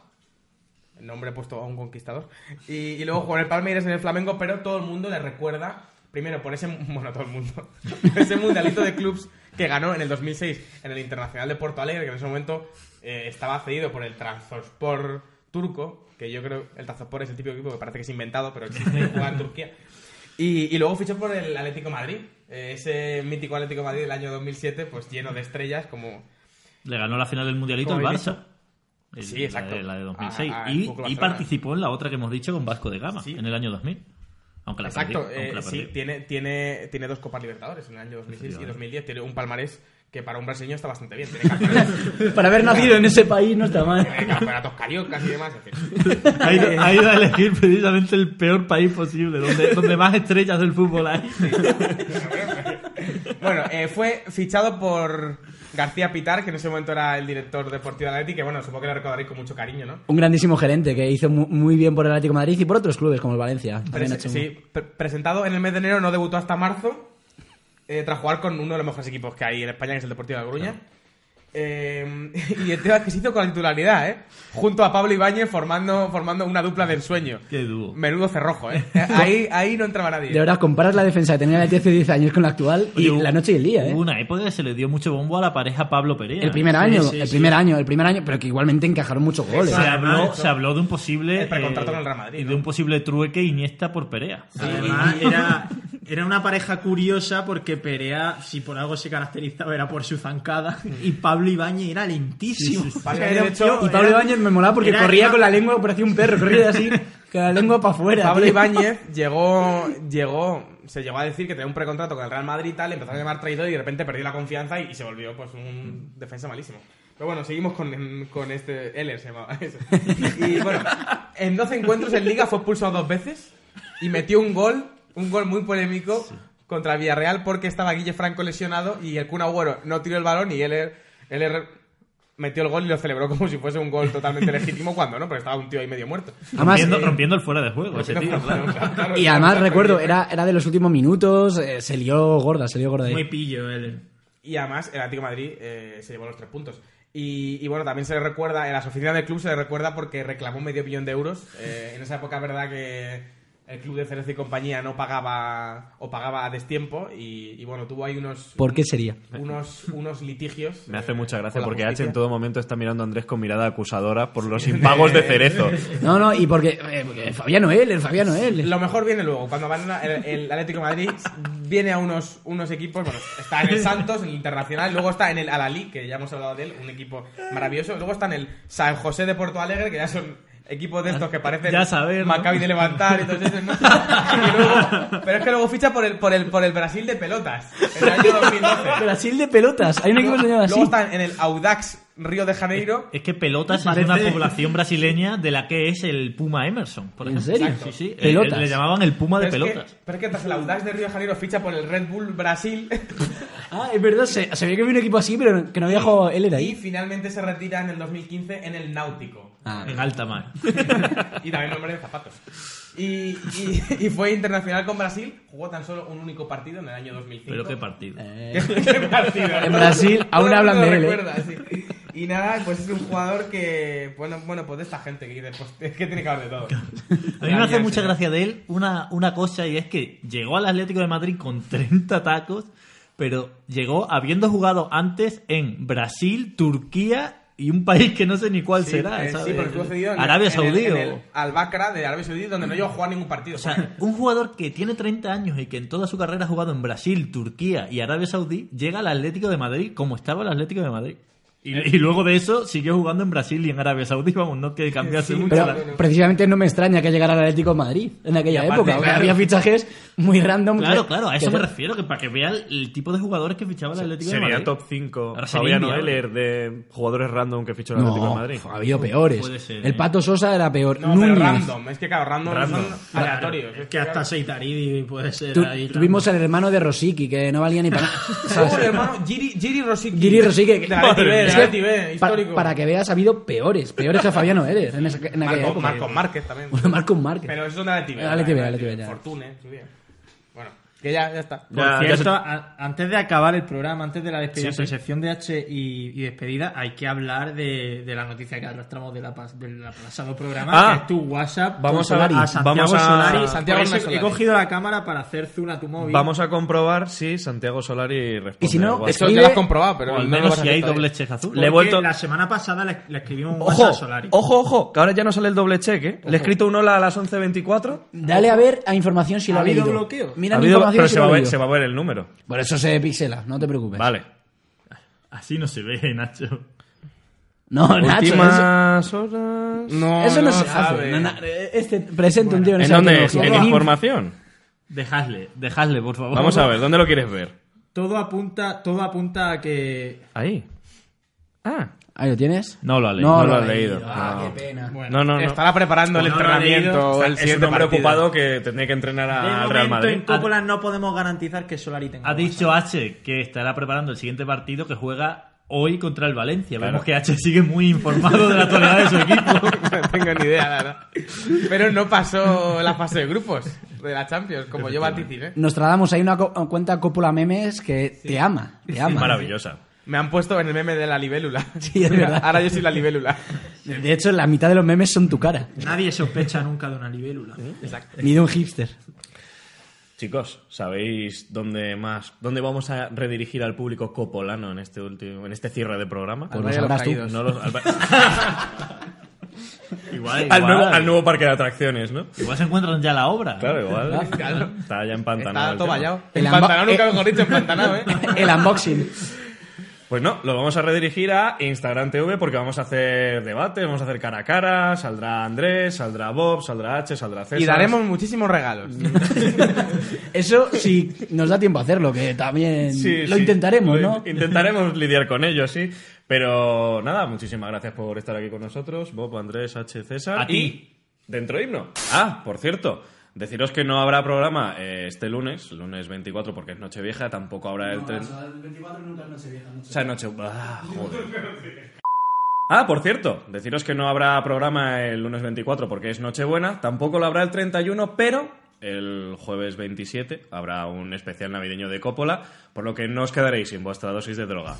Speaker 4: el nombre puesto a un conquistador. Y, y luego jugó en el Palmeiras, en el Flamengo, pero todo el mundo le recuerda, primero por ese, <laughs> bueno, todo el mundo, por ese mundialito de clubs que ganó en el 2006 en el Internacional de Porto Alegre, que en ese momento eh, estaba cedido por el Trabzonspor turco, que yo creo el Trabzonspor es el típico equipo que parece que es inventado, pero existe y juega en Turquía. Y, y luego fichó por el Atlético de Madrid, eh, ese mítico Atlético de Madrid del año 2007, pues lleno de estrellas como
Speaker 5: Le ganó la final del Mundialito al
Speaker 4: Como he
Speaker 5: Barça. El-
Speaker 4: Sí,
Speaker 5: la de-
Speaker 4: exacto.
Speaker 5: La de 2006.
Speaker 4: Ah, ah, el
Speaker 5: y,
Speaker 4: Fútbol
Speaker 5: y
Speaker 4: Barcelona.
Speaker 5: participó en la otra que hemos dicho con Vasco de Gama,
Speaker 4: Sí.
Speaker 5: en el año 2000. Aunque la
Speaker 4: Exacto,
Speaker 5: perdió, aunque
Speaker 4: eh,
Speaker 5: la
Speaker 4: sí,
Speaker 5: perdió.
Speaker 4: tiene, tiene, tiene dos Copas Libertadores en el año 2006 y
Speaker 5: Efectivamente.
Speaker 4: 2010. Tiene un palmarés que para un brasileño está bastante bien. Tiene campeonatos, <laughs>
Speaker 2: Para haber nacido en ese país no está mal.
Speaker 4: tiene campeonatos cariocas y demás. en fin.
Speaker 5: Ha ido, ha ido a elegir precisamente el peor país posible, donde, donde más estrellas del fútbol hay.
Speaker 4: Bueno, eh, fue fichado por García Pitar, que en ese momento era el director deportivo de Atleti, que bueno, supongo que lo recordaréis con mucho cariño, ¿no?
Speaker 2: <laughs> Un grandísimo gerente que hizo mu- muy bien por el Atlético de Madrid y por otros clubes como el Valencia.
Speaker 4: Pres-
Speaker 2: También ha hecho un-
Speaker 4: sí, pre- presentado en el mes de enero, no debutó hasta marzo, eh, tras jugar con uno de los mejores equipos que hay en España, que es el Deportivo de La Coruña. Eh, <laughs> y el tema es que se hizo con la titularidad, ¿eh? Junto a Pablo Ibáñez formando, formando una dupla de ensueño.
Speaker 5: Qué dúo.
Speaker 4: Menudo
Speaker 2: <laughs>
Speaker 4: cerrojo, ¿eh? Ahí, ahí no entraba nadie.
Speaker 2: De verdad, comparas la defensa que tenía el Atlético hace 10 años con la actual y
Speaker 5: Oye, hubo-
Speaker 2: la noche y el día, ¿eh?
Speaker 5: Hubo una época que se le dio mucho bombo a la pareja Pablo Pereira.
Speaker 2: El primer
Speaker 5: Sí,
Speaker 2: año,
Speaker 5: sí,
Speaker 2: el
Speaker 5: sí.
Speaker 2: primer año, el primer año, pero que igualmente encajaron muchos goles.
Speaker 5: Se
Speaker 4: Ah,
Speaker 5: habló,
Speaker 4: eso.
Speaker 5: se habló de un posible.
Speaker 4: El precontrato con el Real Madrid,
Speaker 5: y De
Speaker 4: ¿no?
Speaker 5: un posible trueque Iniesta por Perea.
Speaker 3: Además, era, era una pareja curiosa porque Perea, si por algo se caracterizaba, era por su zancada. Y Pablo Ibañez era lentísimo.
Speaker 4: Pasa que,
Speaker 3: Era
Speaker 4: de
Speaker 3: un
Speaker 4: hecho,
Speaker 3: tío-
Speaker 2: Y Pablo
Speaker 3: era-
Speaker 2: Ibáñez me molaba porque
Speaker 3: era-
Speaker 2: corría
Speaker 3: era-
Speaker 2: con la lengua, parecía un perro, corría
Speaker 5: <laughs>
Speaker 2: así, con la lengua para afuera.
Speaker 4: Pablo
Speaker 2: tío.
Speaker 4: Ibáñez llegó, llegó, se llegó a decir que tenía un precontrato con el Real Madrid y tal, le empezaron a llamar traidor y de repente perdió la confianza y, y se volvió pues un defensa malísimo. Pero bueno, seguimos con, con este Eller se llamaba
Speaker 5: <laughs>
Speaker 4: ese. Y bueno, en 12 encuentros en Liga fue expulsado dos veces y metió un gol, un gol muy polémico contra Villarreal porque estaba Guille Franco lesionado y el Kun Agüero no tiró el balón y Eller, Eller metió el gol y lo celebró como si fuese un gol totalmente legítimo cuando no, pero estaba un tío ahí medio muerto.
Speaker 2: Además,
Speaker 5: rompiendo,
Speaker 2: eh,
Speaker 5: rompiendo el fuera de
Speaker 4: <laughs>
Speaker 5: juego. ese tío, claro.
Speaker 4: Claro,
Speaker 2: Y además recuerdo, era, era de los últimos minutos, eh, se lió gorda, se lió gorda eh. ahí.
Speaker 3: Muy pillo, él.
Speaker 4: Y además, el Atlético de Madrid eh, se llevó los tres puntos. Y, y bueno, también se le recuerda, en las oficinas del club se le recuerda porque reclamó medio millón de euros.
Speaker 1: <laughs>
Speaker 4: Eh, en esa época, es verdad que el club de Cerezo y compañía no pagaba o pagaba a destiempo. Y, y bueno, tuvo ahí unos,
Speaker 2: ¿Por qué sería?
Speaker 1: <laughs>
Speaker 4: unos, unos litigios.
Speaker 1: Pues, Me
Speaker 4: eh,
Speaker 1: hace mucha gracia
Speaker 4: con la
Speaker 1: porque H
Speaker 4: justicia.
Speaker 1: en todo momento está mirando a Andrés con mirada acusadora por los impagos de cerezo.
Speaker 2: No, no, y porque, eh, porque Fabián Noel, el Fabián Noel.
Speaker 4: Lo mejor viene luego, cuando van a- el, el Atlético de Madrid viene a unos, unos equipos, bueno, está en el Santos, en el Internacional, luego está en el Alalí, que ya hemos hablado de él, un equipo maravilloso, luego está en el San José de Porto Alegre, que ya son equipos de estos que parecen
Speaker 5: Ya saber, ¿no?
Speaker 4: Maccabi de Levantar y todos esos, ¿no? Y luego- pero es que luego ficha por el, por el, por el Brasil de pelotas, en el año 2012.
Speaker 2: Brasil de pelotas, hay un equipo que se llama así.
Speaker 4: Luego está en el Audax Río de Janeiro,
Speaker 5: Es que Pelotas es
Speaker 3: Parece-
Speaker 5: una población brasileña de la que es el Puma Emerson, por
Speaker 2: ¿En
Speaker 5: ejemplo.
Speaker 2: serio?
Speaker 5: Sí, sí.
Speaker 2: Pelotas.
Speaker 5: Eh, Le llamaban el Puma de
Speaker 4: pero es,
Speaker 5: Pelotas.
Speaker 4: que, pero es que tras el Audax de Río de Janeiro ficha por el Red Bull Brasil
Speaker 2: Ah, es verdad, se, se veía que había un equipo así, pero que no había jugado él era
Speaker 4: Y
Speaker 2: ahí.
Speaker 4: finalmente se retira en el 2015 en el Náutico.
Speaker 2: Ah,
Speaker 5: En alta mar.
Speaker 4: <laughs>
Speaker 2: <laughs>
Speaker 4: y también nombre de zapatos. Y, y- y fue internacional con Brasil. Jugó tan solo un único partido en el año 2005.
Speaker 5: Pero
Speaker 4: <laughs>
Speaker 5: qué partido.
Speaker 2: eh,
Speaker 4: ¿Qué partido?
Speaker 2: En Brasil aún
Speaker 4: Todo el
Speaker 2: hablan
Speaker 4: mundo
Speaker 2: de él, ¿eh?
Speaker 4: recuerda, sí. Y nada, pues es un jugador que. Bueno, bueno pues de esta gente que dice, pues, es que tiene que haber de todo.
Speaker 5: A mí me hace mucha gracia de él una, una cosa y es que llegó al Atlético de Madrid con <laughs> 30 tacos, pero llegó habiendo jugado antes en Brasil, Turquía y y un país que no sé ni cuál será.
Speaker 4: eh,
Speaker 5: ¿sabes?
Speaker 4: sí, porque estuvo cedido en-
Speaker 5: Arabia
Speaker 4: en el-
Speaker 5: Saudí
Speaker 4: en
Speaker 5: o-
Speaker 4: el Al Bakra de Arabia Saudí, donde no llegó a jugar ningún partido.
Speaker 5: O sea, un jugador que tiene 30 años y que en toda su carrera ha jugado en Brasil, Turquía y Arabia Saudí, llega al Atlético de Madrid como estaba el Atlético de Madrid. Y,
Speaker 4: Eh.
Speaker 5: y luego de eso siguió jugando en Brasil y en Arabia Saudí, vamos, no que cambiase mucho.
Speaker 2: Eh, Pero
Speaker 5: la-
Speaker 2: precisamente no me extraña que llegara al Atlético de Madrid en aquella
Speaker 5: Y aparte,
Speaker 2: época. porque
Speaker 5: claro.
Speaker 2: Había fichajes muy random. <laughs>
Speaker 5: Claro,
Speaker 2: que-
Speaker 5: claro, a
Speaker 2: que
Speaker 5: eso me
Speaker 2: hacer-
Speaker 5: refiero, que para que vea el, el tipo de jugadores que fichaba el Atlético de Madrid.
Speaker 1: Sería top 5
Speaker 5: Ahora sería
Speaker 1: Fabiano
Speaker 5: inviable.
Speaker 1: Heller de jugadores random que fichó el Atlético de
Speaker 2: No,
Speaker 1: Madrid.
Speaker 2: pf, ha habido peores.
Speaker 5: Puede ser,
Speaker 2: el
Speaker 5: eh.
Speaker 2: Pato Sosa era peor.
Speaker 4: No, pero
Speaker 2: Núñez.
Speaker 4: random. Es que, claro, random,
Speaker 1: Random.
Speaker 4: son aleatorios.
Speaker 3: Es que hasta Seitaridi puede ser.
Speaker 2: Tu-
Speaker 3: ahí
Speaker 2: tuvimos al hermano de Rosicki que no valía ni para
Speaker 4: <laughs>
Speaker 2: nada.
Speaker 4: Joder, hermano, Giri, Giri Rosicky.
Speaker 2: Giri Rosicky.
Speaker 4: De la Leti B, de
Speaker 2: Es
Speaker 4: la
Speaker 2: que
Speaker 4: Leti B,
Speaker 2: pa-
Speaker 4: histórico.
Speaker 2: para que veas, ha habido peores. Peores que Fabiano Eres en, esa- en aquella
Speaker 4: Marcos,
Speaker 2: época.
Speaker 4: Marcos Márquez también.
Speaker 2: <laughs> Bueno, Marcos Márquez.
Speaker 4: Pero esos son de la Leti B.
Speaker 2: La Leti B,
Speaker 4: de
Speaker 2: la Leti B, ya.
Speaker 4: Fortune, en su día. Bueno, que ya, ya está.
Speaker 3: Por
Speaker 1: Ya- ya
Speaker 3: cierto,
Speaker 1: se-
Speaker 3: a- antes de acabar el programa, antes de la despedida,
Speaker 1: Sí, sí.
Speaker 3: sección de H y, y despedida, hay que hablar de, de la noticia que arrastramos de la pas- del pasado programa,
Speaker 1: Ah.
Speaker 3: que es tu WhatsApp.
Speaker 1: Vamos
Speaker 3: con
Speaker 1: a-
Speaker 3: Solari.
Speaker 1: a
Speaker 3: Santiago
Speaker 1: vamos a-
Speaker 3: Solari.
Speaker 4: Santiago
Speaker 3: Por eso
Speaker 4: Solari.
Speaker 3: He cogido la cámara para hacer zoom a tu móvil.
Speaker 1: Vamos a comprobar si Santiago Solari responde.
Speaker 2: Y si no,
Speaker 1: al WhatsApp.
Speaker 2: es-
Speaker 4: Eso ya lo has comprobado, pero
Speaker 5: O
Speaker 4: no lo
Speaker 5: al menos
Speaker 4: vas a
Speaker 5: si hay
Speaker 4: aceptar.
Speaker 5: doble cheque azul.
Speaker 1: Le he vuelto-
Speaker 3: La semana pasada le, le escribimos un
Speaker 1: Ojo,
Speaker 3: WhatsApp a Solari.
Speaker 1: ojo, ojo, que ahora ya no sale el doble cheque. ¿eh? Le he escrito un hola a las 11.24.
Speaker 2: Dale a ver a información si
Speaker 3: ¿Ha
Speaker 2: lo ha
Speaker 3: habido
Speaker 2: leído.
Speaker 3: bloqueo?
Speaker 2: Mira
Speaker 1: Ha
Speaker 2: la
Speaker 1: habido-
Speaker 2: información
Speaker 1: pero
Speaker 2: si
Speaker 1: se
Speaker 2: lo
Speaker 1: va,
Speaker 2: ha
Speaker 1: a ver,
Speaker 2: leído.
Speaker 1: se va a ver el número.
Speaker 2: Por eso se pixela, no te preocupes.
Speaker 1: Vale.
Speaker 5: Así no
Speaker 1: <laughs>
Speaker 5: se ve, Nacho.
Speaker 2: No, Nacho, eso,
Speaker 1: Últimas horas.
Speaker 4: No,
Speaker 2: eso no, se
Speaker 4: sabe.
Speaker 2: hace. No, na- este presente un tío en,
Speaker 1: ¿En
Speaker 2: esa
Speaker 1: dónde es?
Speaker 2: tecnología.
Speaker 1: En información.
Speaker 5: Dejadle, dejadle, por favor.
Speaker 1: Vamos a ver, ¿dónde lo quieres ver?
Speaker 3: Todo apunta, todo apunta a que.
Speaker 1: Ahí. Ah.
Speaker 2: Ahí lo tienes.
Speaker 5: No lo ha leído.
Speaker 1: No
Speaker 5: No
Speaker 1: lo
Speaker 5: lo
Speaker 1: has
Speaker 2: ha
Speaker 1: leído.
Speaker 2: Ah,
Speaker 1: No.
Speaker 2: qué pena.
Speaker 3: Bueno,
Speaker 1: No, no, no.
Speaker 4: Estará preparando el
Speaker 3: No lo ha leído.
Speaker 4: entrenamiento.
Speaker 1: O sea, es
Speaker 4: el
Speaker 1: un
Speaker 4: siguiente
Speaker 1: hombre
Speaker 4: partido.
Speaker 1: ocupado que tendría que entrenar
Speaker 3: de
Speaker 1: a- al
Speaker 3: momento
Speaker 1: Real
Speaker 3: en
Speaker 1: Madrid.
Speaker 3: Coppola no podemos garantizar que Solari tenga.
Speaker 5: Ha
Speaker 3: un WhatsApp.
Speaker 5: dicho H que estará preparando el siguiente partido que juega hoy contra el Valencia.
Speaker 1: Claro.
Speaker 5: Vemos que H sigue muy informado de la actualidad de su equipo.
Speaker 4: <laughs> no tengo ni idea, la verdad. Pero no pasó la fase de grupos de la Champions, como yo vaticiné.
Speaker 2: Nostradamus, hay una co- cuenta Coppola Memes que te ama, te ama.
Speaker 1: <laughs> Maravillosa.
Speaker 4: Me han puesto en el meme de la libélula.
Speaker 2: Sí, es verdad.
Speaker 4: Ahora yo soy la libélula.
Speaker 2: De hecho, la mitad de los memes son tu cara,
Speaker 3: Nadie sospecha nunca de una libélula.
Speaker 2: ni de un hipster. <laughs>
Speaker 1: Ah, Chicos, ¿sabéis dónde más, dónde vamos a redirigir al público copolano en este último, en este cierre de programa?
Speaker 2: Pues
Speaker 4: Al
Speaker 2: lo
Speaker 4: Valle de los
Speaker 2: sabrás tú.
Speaker 4: Caídos.
Speaker 1: No los- al,
Speaker 4: <laughs>
Speaker 5: Igual,
Speaker 1: al
Speaker 5: igual.
Speaker 1: nuevo, al nuevo parque de atracciones, ¿no?
Speaker 5: Igual se encuentran ya la obra.
Speaker 1: Claro,
Speaker 4: <laughs>
Speaker 1: igual. Está ya empantanado.
Speaker 4: Está
Speaker 1: el
Speaker 4: todo
Speaker 1: tema.
Speaker 4: vallado.
Speaker 2: El
Speaker 4: En
Speaker 2: amba-
Speaker 4: Pantanal nunca mejor dicho, en Pantanal, ¿eh?
Speaker 2: El unboxing.
Speaker 1: Pues no, lo vamos a redirigir a Instagram TV porque vamos a hacer debate, vamos a hacer cara a cara, saldrá Andrés, saldrá Bob, saldrá H, saldrá César.
Speaker 4: Y daremos muchísimos regalos.
Speaker 2: Eso sí nos da tiempo a hacerlo, que también
Speaker 1: Sí,
Speaker 2: lo
Speaker 1: sí.
Speaker 2: intentaremos,
Speaker 1: Lo
Speaker 2: ¿no?
Speaker 1: in- Intentaremos <laughs> lidiar con ello, sí. Pero nada, muchísimas gracias por estar aquí con nosotros, Bob, Andrés, H, César.
Speaker 5: A ti.
Speaker 1: Y Dentro himno. Ah, por cierto. Deciros que no habrá programa eh, este lunes, lunes 24, porque es Nochevieja, tampoco habrá el 30. O sea, noche. Ah, joder. Ah, por cierto, deciros que no habrá programa el lunes 24 porque es Nochebuena, tampoco lo habrá el 31, pero el jueves 27 habrá un especial navideño de Coppola, por lo que no os quedaréis sin vuestra dosis de droga.